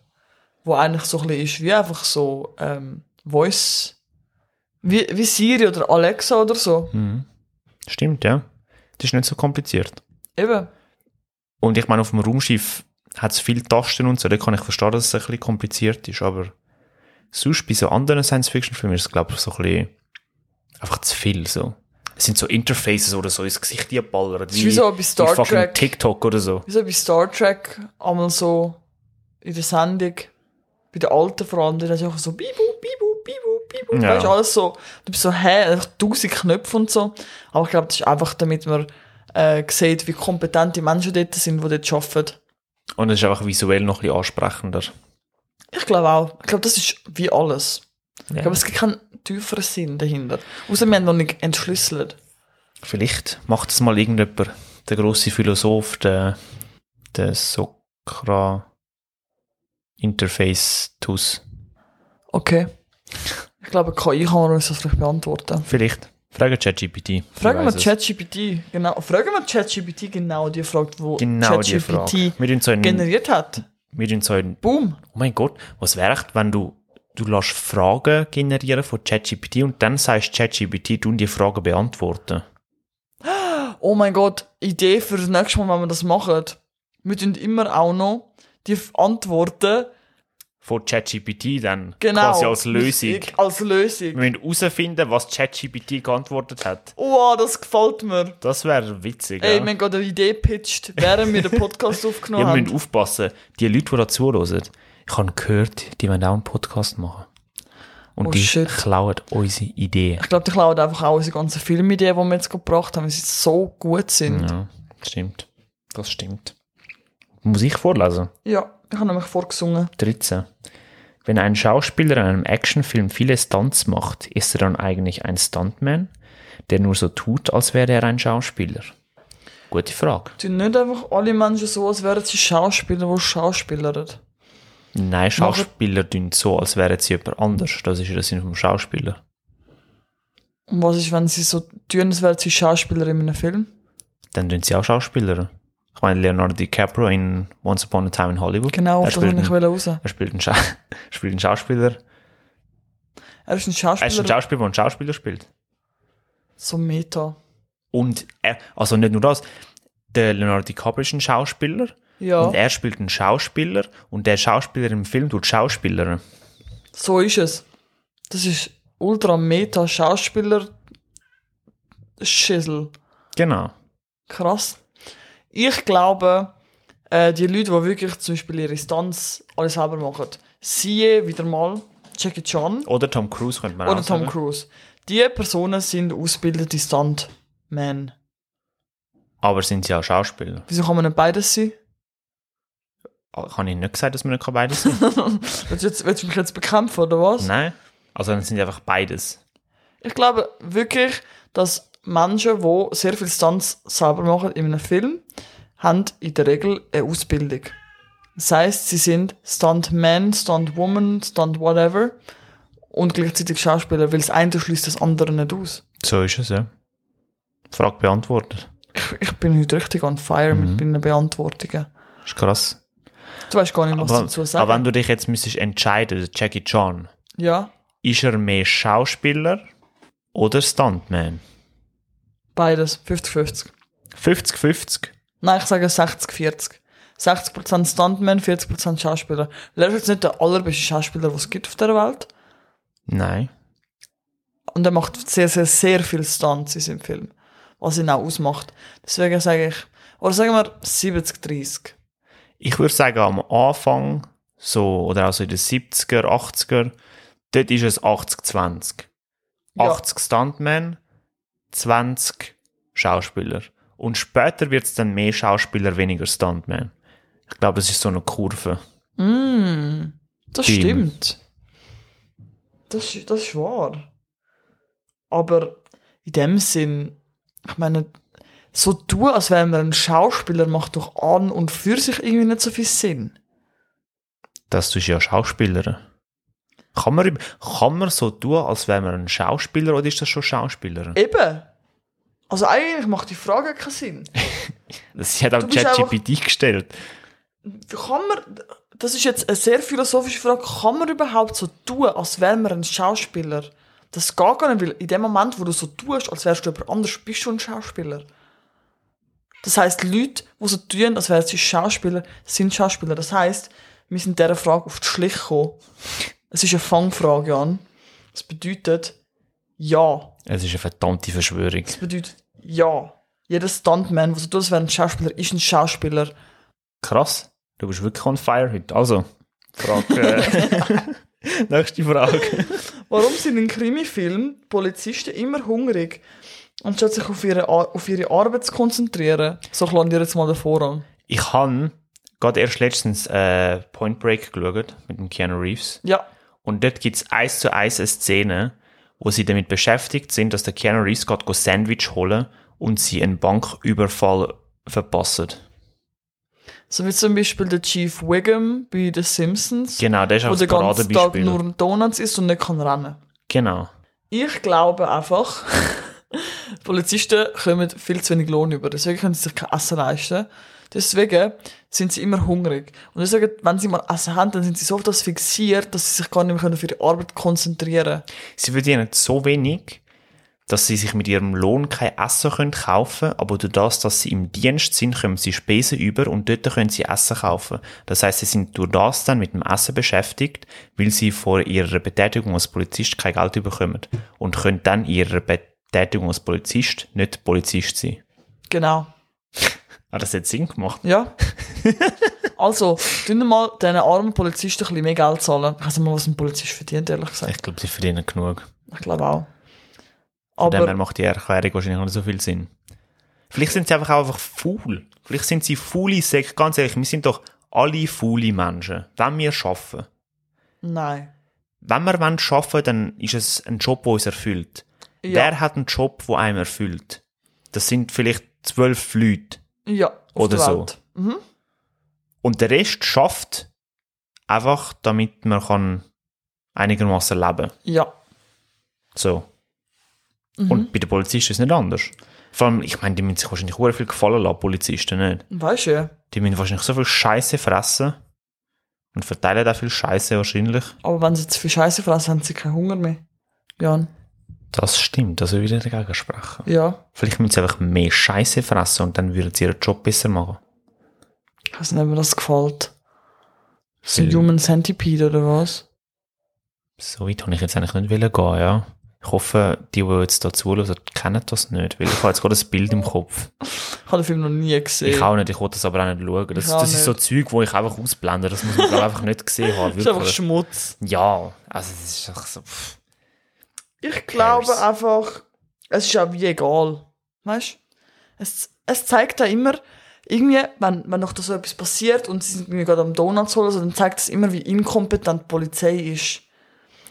wo eigentlich so ein bisschen ist wie einfach so ähm, Voice. Wie, wie Siri oder Alexa oder so. Mhm. Stimmt, ja. Das ist nicht so kompliziert. Eben. Und ich meine, auf dem Raumschiff hat es viele Tasten und so, da kann ich verstehen, dass es ein bisschen kompliziert ist, aber sonst bei so anderen Science-Fiction-Filmen ist es, glaube ich, so ein bisschen einfach zu viel, so. Es sind so Interfaces oder so ins Gesicht geballert, ist wie so bei Star fucking Trek. TikTok oder so. Wie so bei Star Trek, einmal so in der Sendung, bei den Alten vor allem, da ist auch so Bibu, Bibu, Bibu, Bibu. Ja. Ja. Weißt du, alles so, du bist so, hä, einfach tausend Knöpfe und so. Aber ich glaube, das ist einfach, damit man äh, sieht, wie kompetent die Menschen dort sind, die dort arbeiten. Und es ist einfach visuell noch ein bisschen ansprechender. Ich glaube auch. Ich glaube, das ist wie alles. Ich Ja. glaube, es gibt keinen tieferen Sinn dahinter. Außer wir haben noch nicht entschlüsselt. Vielleicht macht es mal irgendjemand, der große Philosoph, der, der Sokra Interface Tus. Okay. Ich glaube, KI kann uns das vielleicht beantworten. Vielleicht. Frage ChatGPT. Wer Fragen wir weiß es. ChatGPT, genau. Fragen wir ChatGPT genau die Frage, wo Genau die Frage. ChatGPT Wir tun so einen, generiert hat. wir tun so einen, Boom. oh mein Gott, was wäre, wenn du, du lässt Fragen generieren von ChatGPT und dann sagst ChatGPT, du die Fragen beantworten. Oh mein Gott, Idee für das nächste Mal, wenn wir das machen. Wir tun immer auch noch die F- Antworten Von ChatGPT dann genau. quasi als Lösung. Ich- Als Lösung. Wir müssen herausfinden, was ChatGPT geantwortet hat. Oh, das gefällt mir. Das wäre witzig. Ey, ja. wir haben gerade eine Idee pitcht, während wir den Podcast aufgenommen Ja, wir müssen haben. aufpassen. Die Leute, die da zuhören, ich habe gehört, die wollen auch einen Podcast machen. Und Oh, die shit. klauen unsere Ideen. Ich glaube, die klauen einfach auch unsere ganzen Filmideen, die wir jetzt gebracht haben, weil sie so gut sind. Ja, stimmt. Das stimmt. Muss ich vorlesen? ja ich habe nämlich vorgesungen. 13. Wenn ein Schauspieler in einem Actionfilm viele Stunts macht, ist er dann eigentlich ein Stuntman, der nur so tut, als wäre er ein Schauspieler? Gute Frage. tun nicht einfach alle Menschen so, als wären sie Schauspieler, die schauspielern. Nein, Schauspieler tun so, als wären sie jemand anders. Das ist ja der Sinn vom Schauspieler. Und was ist, wenn sie so tun, als wären sie Schauspieler in einem Film? Dann tun sie auch Schauspieler. Ich meine, Leonardo DiCaprio in Once Upon a Time in Hollywood. er Genau, auf das will spielt ich einen, will raus. Er er spielt einen, Scha spielt einen Schauspieler. ist ein Er ist ein Schauspieler, Schauspieler, der einen Schauspieler spielt. so Meta. Und er, also nicht nur das, der Leonardo DiCaprio ist ein Schauspieler Ja, und er spielt einen Schauspieler und der Schauspieler im Film tut Schauspieler. so ist es. Das ist ultra Meta Schauspieler Schissel. Genau. Krass. Ich glaube, äh, die Leute, die wirklich zum Beispiel ihre Stunts alles selber machen, siehe wieder mal Jackie Chan. Oder Tom Cruise könnte man Oder auch Tom sagen. Cruise. Die Personen sind ausgebildete Stuntmen. Aber sind sie auch Schauspieler? Ah, Wieso kann man nicht beides sein? Kann ich nicht gesagt, dass man nicht beides sind? Willst du, jetzt, willst du mich jetzt bekämpfen, oder was? Nein. Also dann sind sie einfach beides. Ich glaube wirklich, dass Menschen, die sehr viel Stunts selber machen in einem Film, haben in der Regel eine Ausbildung. Das heisst, sie sind Stuntman, Stuntwoman, Stunt whatever und gleichzeitig Schauspieler, weil das eine schließt das andere nicht aus. So ist es, ja. Frage beantwortet. Ich, ich bin heute richtig on fire mit Mhm. meinen Beantwortungen. Ist krass. Du weißt gar nicht, was Aber, dazu sagen. aber wenn du dich jetzt müsstest entscheiden, Jackie Chan, ja. ist er mehr Schauspieler oder Stuntman? Beides, 50-50. 50-50. Nein, ich sage 60-40. 60% Stuntman, 40% Schauspieler. Lars ist jetzt nicht der allerbeste Schauspieler, den es gibt auf der Welt. Nein. Und er macht sehr, sehr, sehr viel Stunts in seinem Film. Was ihn auch ausmacht. Deswegen sage ich, oder sagen wir 70-30. Ich würde sagen, am Anfang, so, oder also in den 70er, 80er, dort ist es 80-20. Ja. 80 Stuntman, 20 Schauspieler. Und später wird es dann mehr Schauspieler, weniger Stuntman. Ich glaube, es ist so eine Kurve. Mm, das Team. stimmt. Das, ist- das ist wahr. Aber in dem Sinn, ich meine, so tun, als wäre man ein Schauspieler, macht doch an und für sich irgendwie nicht so viel Sinn. Das ist ja Schauspieler. Kann man, üb- kann man so tun, als wäre man ein Schauspieler oder ist das schon Schauspielerin? Eben. Also eigentlich macht die Frage keinen Sinn. Sie hat auch Du bist ChatGPT gestellt. Kann man, das ist jetzt eine sehr philosophische Frage, kann man überhaupt so tun, als wäre man ein Schauspieler? Das geht gar nicht, weil in dem Moment, wo du so tust, als wärst du jemand anders, bist du ein Schauspieler. Das heißt, Leute, die so tun, als wären sie Schauspieler, sind Schauspieler. Das heißt, wir sind dieser Frage auf die Schliche gekommen. Es ist eine Fangfrage, Jan. Das bedeutet, ja. Es ist eine verdammte Verschwörung. Das bedeutet, ja. Jeder Stuntman, der so tut, als wäre ein Schauspieler, ist ein Schauspieler. Krass, du bist wirklich on fire heute. Also, Frage. Äh, nächste Frage. Warum sind in Krimifilmen die Polizisten immer hungrig, anstatt sich auf ihre, Ar auf ihre Arbeit zu konzentrieren? So klar dir jetzt mal den Vorrang. Ich habe gerade erst letztens äh, Point Break geschaut mit dem Keanu Reeves. Ja, Und dort gibt es eins zu eins eine Szene, wo sie damit beschäftigt sind, dass der Keanu Reeves gerade ein Sandwich holen und sie einen Banküberfall verpassen. so wie zum Beispiel der Chief Wiggum bei The Simpsons, Genau, das ist wo auch der das ganzen Tag Paradebeispiel. nur Donuts isst und nicht kann rennen. Genau. Ich glaube einfach, Polizisten kommen viel zu wenig Lohn über. Deswegen können sie sich kein Essen leisten. Deswegen sind sie immer hungrig. Und deswegen, wenn sie mal Essen haben, dann sind sie so auf das fixiert, dass sie sich gar nicht mehr können auf ihre Arbeit konzentrieren können. Sie verdienen so wenig, dass sie sich mit ihrem Lohn kein Essen können kaufen können, aber durch das, dass sie im Dienst sind, kommen sie Spesen über und dort können sie Essen kaufen. Das heißt, sie sind durch das dann mit dem Essen beschäftigt, weil sie vor ihrer Betätigung als Polizist kein Geld bekommen und können dann in ihrer Betätigung als Polizist nicht Polizist sein. Genau. Ah, das hat Sinn gemacht. Ja. also, tun wir mal diesen armen Polizisten ein bisschen mehr Geld zahlen. Ich weiß nicht mal, was ein Polizist verdient, ehrlich gesagt. Ich glaube, sie verdienen genug. Ich glaube auch. Von dem her Aber, macht die Erklärung wahrscheinlich nicht so viel Sinn. Vielleicht sind sie einfach auch einfach faul. Vielleicht sind sie faule Säcke. Ganz ehrlich, wir sind doch alle faule Menschen. Wenn wir arbeiten. nein. Wenn wir wollen arbeiten dann ist es ein Job, der uns erfüllt. Ja. Wer hat einen Job, der einem erfüllt? Das sind vielleicht zwölf Leute. ja. Auf Oder der so. Welt. Mhm. Und der Rest schafft einfach, damit man kann einigermaßen leben kann. Ja. So. Mhm. Und bei den Polizisten ist es nicht anders. Vor allem, ich meine, die müssen sich wahrscheinlich sehr viel gefallen lassen, Polizisten nicht. Weißt du? Die müssen wahrscheinlich so viel Scheiße fressen und verteilen auch viel Scheiße wahrscheinlich. Aber wenn sie zu viel Scheiße fressen, haben sie keinen Hunger mehr. Jan. Das stimmt, also wieder dagegen sprechen. Ja. Vielleicht müssen sie einfach mehr Scheiße fressen und dann würden sie ihren Job besser machen. Ich weiß nicht, ob mir das gefällt. So ein Viel. Human Centipede oder was? So weit habe ich jetzt eigentlich nicht wollen gehen, ja. Ich hoffe, die, die jetzt da zuhören, kennen das nicht, weil ich habe jetzt gerade ein Bild im Kopf. Ich habe den Film noch nie gesehen. Ich auch nicht, ich will das aber auch nicht schauen. Das, Ich auch das ist so nicht. Zeug, wo ich einfach ausblende, das muss man glaub ich, einfach nicht gesehen haben. das ist einfach wirklich. Schmutz. Ja, also es ist einfach so. Pff. Ich glaube cares? einfach, es ist auch wie egal. Weißt du? Es, es zeigt da immer, irgendwie, wenn, wenn noch da so etwas passiert und sie sind irgendwie gerade am Donuts holen, so, dann zeigt es immer, wie inkompetent die Polizei ist.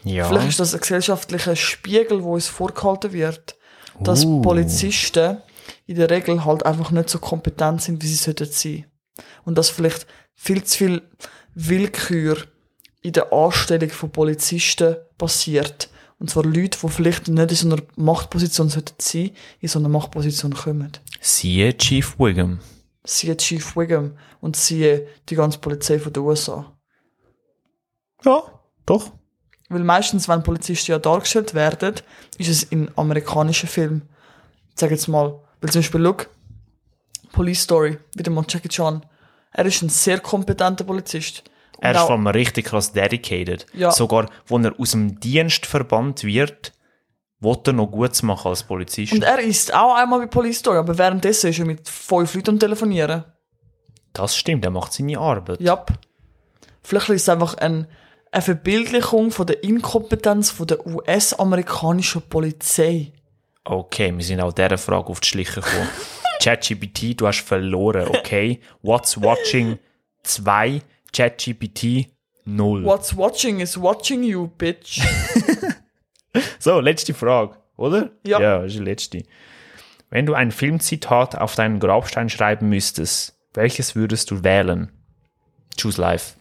Ja. Vielleicht ist das ein gesellschaftlicher Spiegel, wo uns vorgehalten wird, dass Uh. Polizisten in der Regel halt einfach nicht so kompetent sind, wie sie sollten sein. Und dass vielleicht viel zu viel Willkür in der Anstellung von Polizisten passiert. Und zwar Leute, die vielleicht nicht in so einer Machtposition sollten sein, in so eine Machtposition kommen. Siehe Chief Wiggum. Siehe Chief Wiggum und siehe die ganze Polizei von den USA. Ja, doch. Weil meistens, wenn Polizisten ja dargestellt werden, ist es in amerikanischen Filmen. Ich sag jetzt mal, weil zum Beispiel, look, Police Story, wieder mal Jackie Chan. Er ist ein sehr kompetenter Polizist. Und Er ist auch- vor allem richtig krass dedicated. Ja. Sogar, wo er aus dem Dienst verbannt wird, will er noch Gutes machen als Polizist. und er ist auch einmal bei Police Story, aber währenddessen ist er mit fünf Leuten am Telefonieren. das stimmt, er macht seine Arbeit. Ja. Vielleicht ist es einfach ein, eine Verbildlichung von der Inkompetenz von der US-amerikanischen Polizei. Okay, wir sind auch dieser Frage auf die Schliche gekommen. ChatGPT, du hast verloren, okay? What's Watching 2, ChatGPT 0. What's watching is watching you, bitch. So, letzte Frage, oder? Ja. Ja, das ist die letzte. Wenn du ein Filmzitat auf deinen Grabstein schreiben müsstest, welches würdest du wählen? Choose life.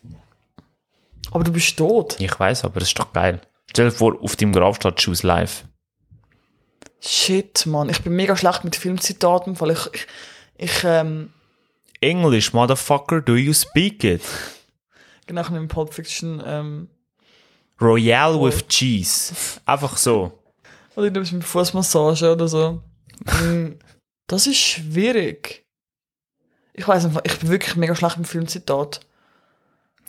Aber du bist tot. Ich weiß, aber das ist doch geil. Stell dir vor, auf deinem Grab steht Choose Life. Shit, Mann. Ich bin mega schlecht mit Filmzitaten, weil ich, ich, ich ähm, English, motherfucker, do you speak it? genau ich hab in Pulp Fiction, ähm, Royale with cheese. Einfach so. oder ich glaube, mit Fußmassage oder so. Mm, das ist schwierig. Ich weiß einfach, ich bin wirklich mega schlecht mit Filmzitaten.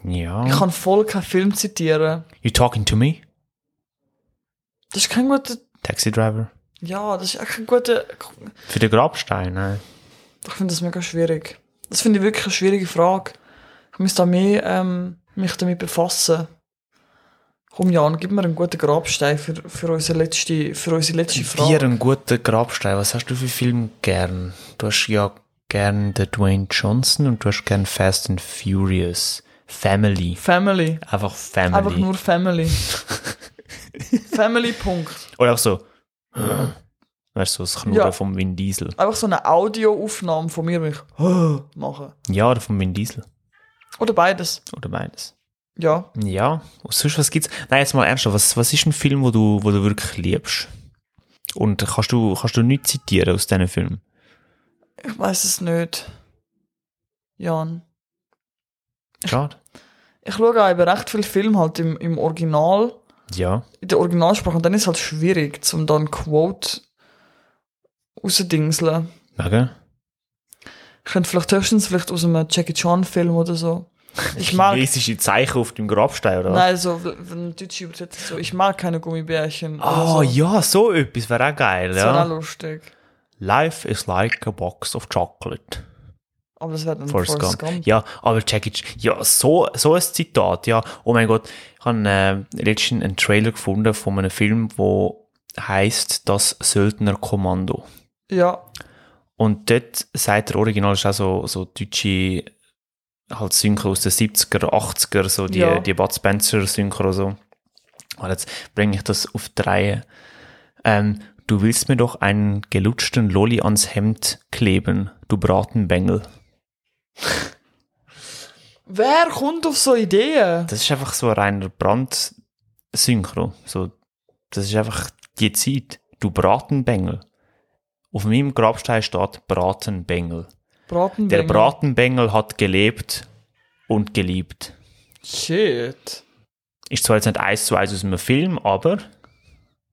Ja. Ich kann voll keinen Film zitieren. You talking to me? Das ist kein guter, Taxi Driver. ja, das ist echt kein guter, Für den Grabstein, nein. Ich finde das mega schwierig. Das finde ich wirklich eine schwierige Frage. Ich muss da mehr ähm, mich damit befassen. Komm Jan, gib mir einen guten Grabstein für, für, unsere, letzte, für unsere letzte Dir Frage. einen guten Grabstein. Was hast du für Film gern? Du hast ja gern den Dwayne Johnson und du hast gern Fast and Furious. Family. Family. Einfach Einfach Family. nur Family. Family Punkt. Oder auch so. Weißt du, so das Knurren Ja. vom Vin Diesel. Einfach so eine Audioaufnahme von mir, wenn ich mache. Ja, oder vom Vin Diesel. Oder beides. Oder beides. Ja. Ja. Und sonst, was gibt's? Nein, jetzt mal ernsthaft. Was, was ist ein Film, wo du, wo du wirklich liebst? Und kannst du, kannst du nichts zitieren aus diesen Filmen? Ich weiß es nicht. Jan. Schade. Ich schaue auch eben recht viel Film halt im, im Original. Ja. in der Originalsprache und dann ist es halt schwierig, zum dann Quote rauszudingseln. Mega. Ich könnte vielleicht höchstens vielleicht aus einem Jackie Chan Film oder so. Ich mag, Chinesische Zeichen auf dem Grabstein, oder was? nein, so, wenn deutsche Übersetzung so, ich mag keine Gummibärchen. oder Oh so. ja, so etwas wäre auch geil, Das wäre auch ja. lustig. Life is like a box of chocolate. Aber das wäre dann Forrest Gump. Gump. Ja, aber Jackie Ch ja, so, so ein Zitat, ja. Oh mein Gott, ich habe äh, letztens einen Trailer gefunden von einem Film, wo heißt das Söldnerkommando. Ja, Und dort sagt der Original ist auch so, so deutsche halt Synchro aus den 70er, 80er, so die, Ja. die Bud Spencer Synchro so. Und jetzt bringe ich das auf die Reihe. Ähm, du willst mir doch einen gelutschten Lolli ans Hemd kleben, du Bratenbengel. Wer kommt auf so Ideen? Das ist einfach so ein reiner Brand-Synchro. So, das ist einfach die Zeit. Du Bratenbengel. Auf meinem Grabstein steht Bratenbengel. Der Bratenbengel. Bratenbengel hat gelebt und geliebt. Shit. Ist zwar jetzt nicht eins zu eins aus einem Film, aber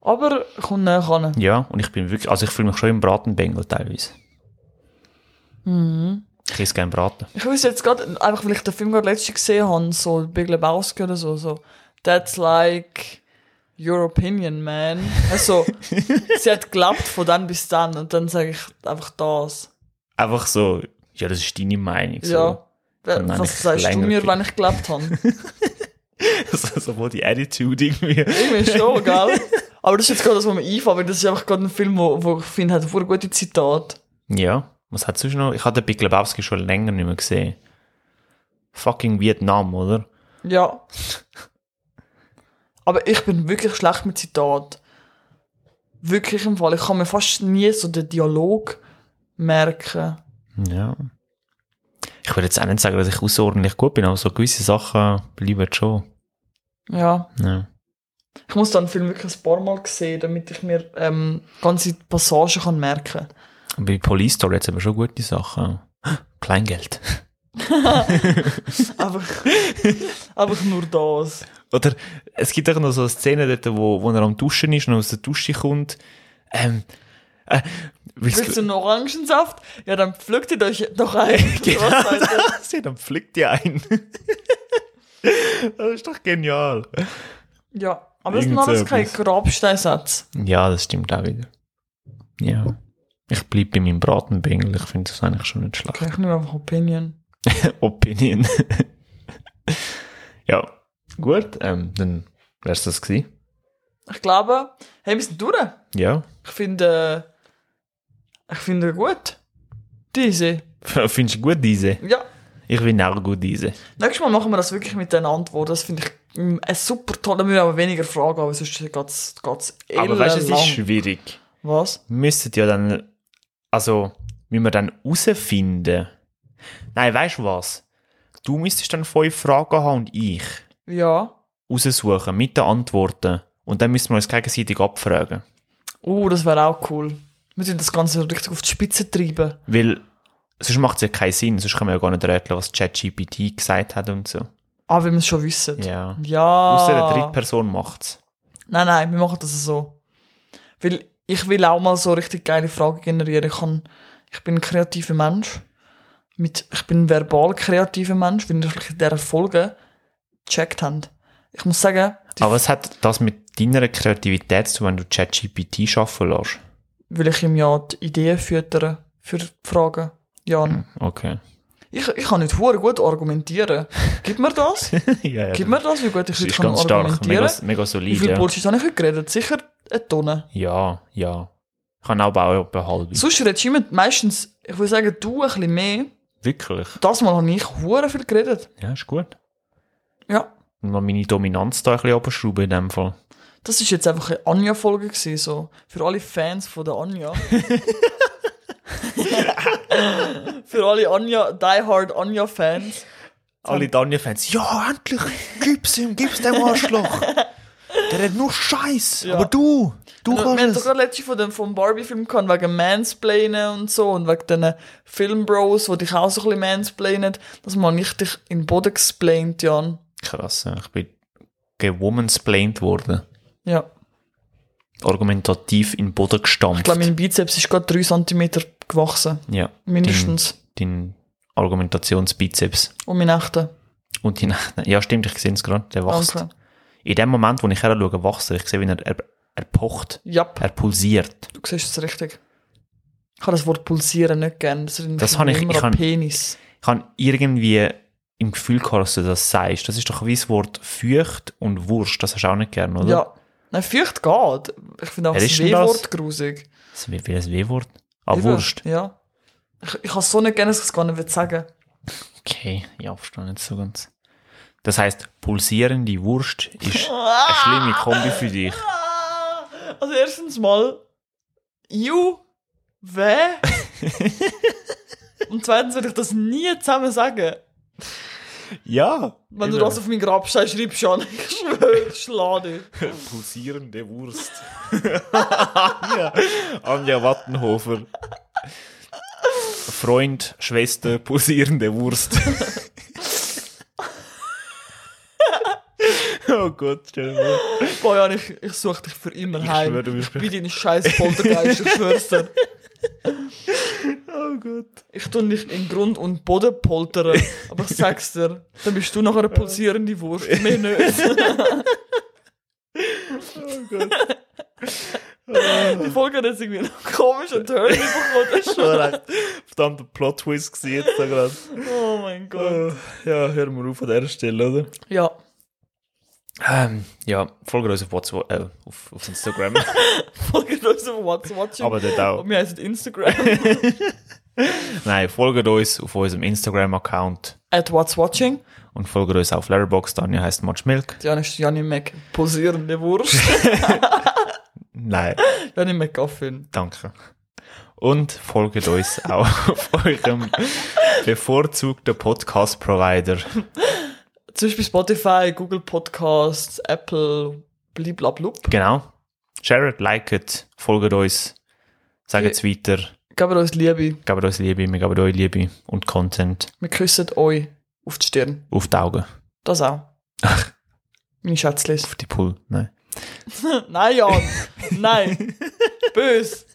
Aber kommt näher ran. ja, und ich bin wirklich, also ich fühle mich schon im Bratenbengel teilweise. Ich esse gerne Braten. Ich weiß jetzt gerade, einfach weil ich den Film gerade letztens gesehen habe, so Big Lebowski oder so, so, that's like your opinion, man. Also, sie hat geglaubt von dann bis dann und dann sage ich einfach das. Einfach so, ja, das ist deine Meinung. So. Ja. Dann habe ich Was sagst du länger mir, ge- wenn ich geglaubt habe? so, so wo die Attitude irgendwie. Irgendwie schon, gell? Aber das ist jetzt gerade das, was mir einfällt, weil das ist einfach gerade ein Film, wo, wo ich finde, hat voll gute Zitate. Ja, was hat sonst noch? Ich hatte Big Lebowski schon länger nicht mehr gesehen. Fucking Vietnam, oder? Ja. Aber ich bin wirklich schlecht mit Zitat. Wirklich im Fall. Ich kann mir fast nie so den Dialog merken. Ja. Ich würde jetzt auch nicht sagen, dass ich außerordentlich gut bin, aber so gewisse Sachen bleiben schon. Ja. Ja. Ich muss dann Film wirklich ein paar Mal sehen, damit ich mir ähm, ganze Passagen kann merken Und bei Police Story jetzt aber schon gute Sachen. Kleingeld. kann. Einfach, einfach nur das. Oder es gibt auch noch so eine Szene dort, wo, wo er am Duschen ist und aus der Dusche kommt. Ähm, äh, Willst du einen Orangensaft? Ja, dann pflückt ihr euch doch ein. Genau Was sagt ihr? das? Ja, dann fliegt die ein. das ist doch genial. ja, aber das sind Irgend so alles keine etwas. Grabsteinsätze. Ja, das stimmt auch wieder. Ja. Ich bleibe bei meinem Bratenbengel. Ich finde das eigentlich schon nicht schlecht. Okay, ich nehme einfach Opinion. Opinion. ja, gut. Ähm, dann wär's das gewesen. Ich glaube, hey, wir sind durch. Ja. Ich finde, äh, ich finde gut. Diese. Findest du gut diese? Ja. Ich finde auch gut diese. Nächstes Mal machen wir das wirklich mit den Antworten. Das finde ich mm, ein super toll. Da müssen wir aber weniger Fragen haben, sonst geht's, geht's Aber weißt du, es ist ellenlang. schwierig. Was? Müsstet ja dann, also, wie wir dann rausfinden. Nein, weißt du was? Du müsstest dann fünf Fragen haben und ich. Ja. raussuchen mit den Antworten und dann müssen wir uns gegenseitig abfragen. Oh, das wäre auch cool. Wir sind das Ganze richtig auf die Spitze treiben. Weil sonst macht es ja keinen Sinn, sonst können wir ja gar nicht rätseln, was ChatGPT gesagt hat und so. Ah, wenn wir es schon wissen. Ja. Ja. Außer eine Drittperson macht es. Nein, nein, wir machen das so. Weil ich will auch mal so richtig geile Fragen generieren. Ich, kann, ich bin ein kreativer Mensch. Mit, ich bin ein verbal kreativer Mensch, wenn ich in dieser Folge gecheckt haben. Ich muss sagen, die, Aber was hat das mit deiner Kreativität zu tun, wenn du ChatGPT schaffen lässt? weil ich ihm ja die Ideen füttere für die Fragen. Ja, Hm. Okay. ich, ich kann nicht hure gut argumentieren. Gib mir das. ja, ja. Gib mir das, wie gut ich das heute ist kann ganz stark, argumentieren mega, mega Wie solid. viel Ja. Bullshit habe ich heute geredet? Sicher eine Tonne. ja, ja. Ich kann auch bei etwa halb. Sonst redest du immer meistens, ich würde sagen, du ein bisschen mehr. Wirklich? Das Mal habe ich hure viel geredet. Ja, ist gut. Ja. Und mal meine Dominanz da ein bisschen abschrauben in dem Fall. Das ist jetzt einfach eine Anja-Folge gewesen, so. Für alle Fans von der Anja. Für alle Anja, Die Hard Anja-Fans. Alle Daniel-Fans, ja, endlich, gib's ihm, gib's dem Arschloch. Der hat nur Scheiß, Ja. aber du, du Wir haben kannst doch es. gerade letztens von dem vom Barbie-Film gehabt, wegen Mansplainen und so und wegen diesen Filmbros, die dich auch so ein bisschen mansplainen, dass man nicht dich in den Boden gesplaint, Jan. Krass, ja, ich bin gewomansplained worden. Ja. Argumentativ in den Boden Ich gestampft. glaube, mein Bizeps ist gerade 3 cm gewachsen. ja, Mindestens. dein Argumentationsbizeps. Und meine Nächte. Und die Nächte. Ja, stimmt, ich sehe es gerade, der wächst. Danke. In dem Moment, wo ich her schaue, wächst er. Ich sehe, wie er, er, er pocht, Ja, er pulsiert. du siehst es richtig. Ich habe das Wort pulsieren nicht gern. Das, erinnert Das mich habe ich- immer ich an habe- Penis. Ich habe irgendwie im Gefühl gehabt, dass du das sagst. Das ist doch wie das Wort Feucht und Wurst. Das hast du auch nicht gern, oder? Ja. Nein, Feucht geht. Ich finde auch Wer das ist denn das? W-Wort grusig. Das ist wie ein W-Wort. Ah, Eben. Wurst. Ja. Ich, ich habe es so nicht gern, dass ich es gar nicht will sagen Okay, ja, verstehe nicht so ganz. Das heißt, pulsierende Wurst ist eine schlimme Kombi für dich. Ah, Also erstens mal, you, wer? Und zweitens würde ich das nie zusammen sagen. Ja. Wenn du das auf meinen Grabstein schreibst, Jan, ich schwöre, ich schlage dich. pulsierende Wurst. Anja, Anja Wattenhofer. Freund, Schwester, pulsierende Wurst. oh Gott, stell dir vor. Boah, Jan, ich, ich suche dich für immer heim. schwöre, du bist- ich bin dein scheiß Poltergeist, ich schwör's dir. Oh Gott. Ich tu dich in Grund und Boden poltern, aber ich sag's dir, dann bist du nachher eine pulsierende Wurst, mehr nicht. Oh Gott. Die Folge hat jetzt irgendwie einen komischen Turn bekommen, das ist schon... Verdammter Plot-Twist gewesen jetzt da gerade. Oh mein Gott. Äh, Ja, hören wir auf an der Stelle, oder? Ja, Ähm, ja, folgt uns auf, WhatsApp, äh, auf, auf Instagram. folgt uns auf also What's Watching. Aber dort auch. und wir heißen Instagram Nein, folgt uns auf unserem Instagram-Account at What's Watching. und folgt uns auf Letterboxd. Anja heisst Much Milk. Jan ist Janni Mac, posierende Wurst. Nein, Janni McGuffin. danke. Und folgt uns auch auf eurem bevorzugten Podcast-Provider. Zum Beispiel Spotify, Google Podcasts, Apple, bliblablub. Genau. Shared, liket, folgt uns, sagt es weiter, Gebt uns Liebe. gebt uns Liebe, wir geben euch Liebe und Content Wir küssen euch auf die Stirn. auf die Augen, Das auch. Meine Schätzlis. auf die Pull. Nein. Nein, Jan. Nein. Bös.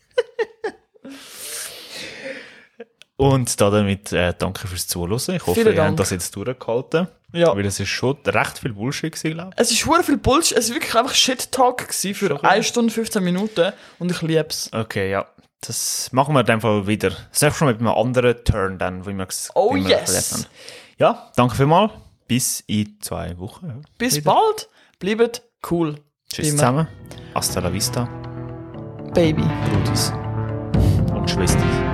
Und da damit äh, danke fürs Zuhören. Ich hoffe, Vielen ihr Dank. habt das jetzt durchgehalten. Ja. Weil es ist schon recht viel Bullshit gewesen, glaube Es ist hure viel Bullshit. Es war wirklich einfach Shit-Talk gewesen für okay. 1 Stunde 15 Minuten. Und ich lieb's. ich. Okay, ja. Das machen wir in dem Fall wieder. Das nächste Mal mit einem anderen Turn dann, wo wir es Oh, wie wir yes. es erlebt haben. Ja, danke vielmals. Bis in zwei Wochen. Ja. Bis Wieder. bald. Bleibt cool. Tschüss Immer. zusammen. Hasta la vista, Baby. Brudis und Schwestis.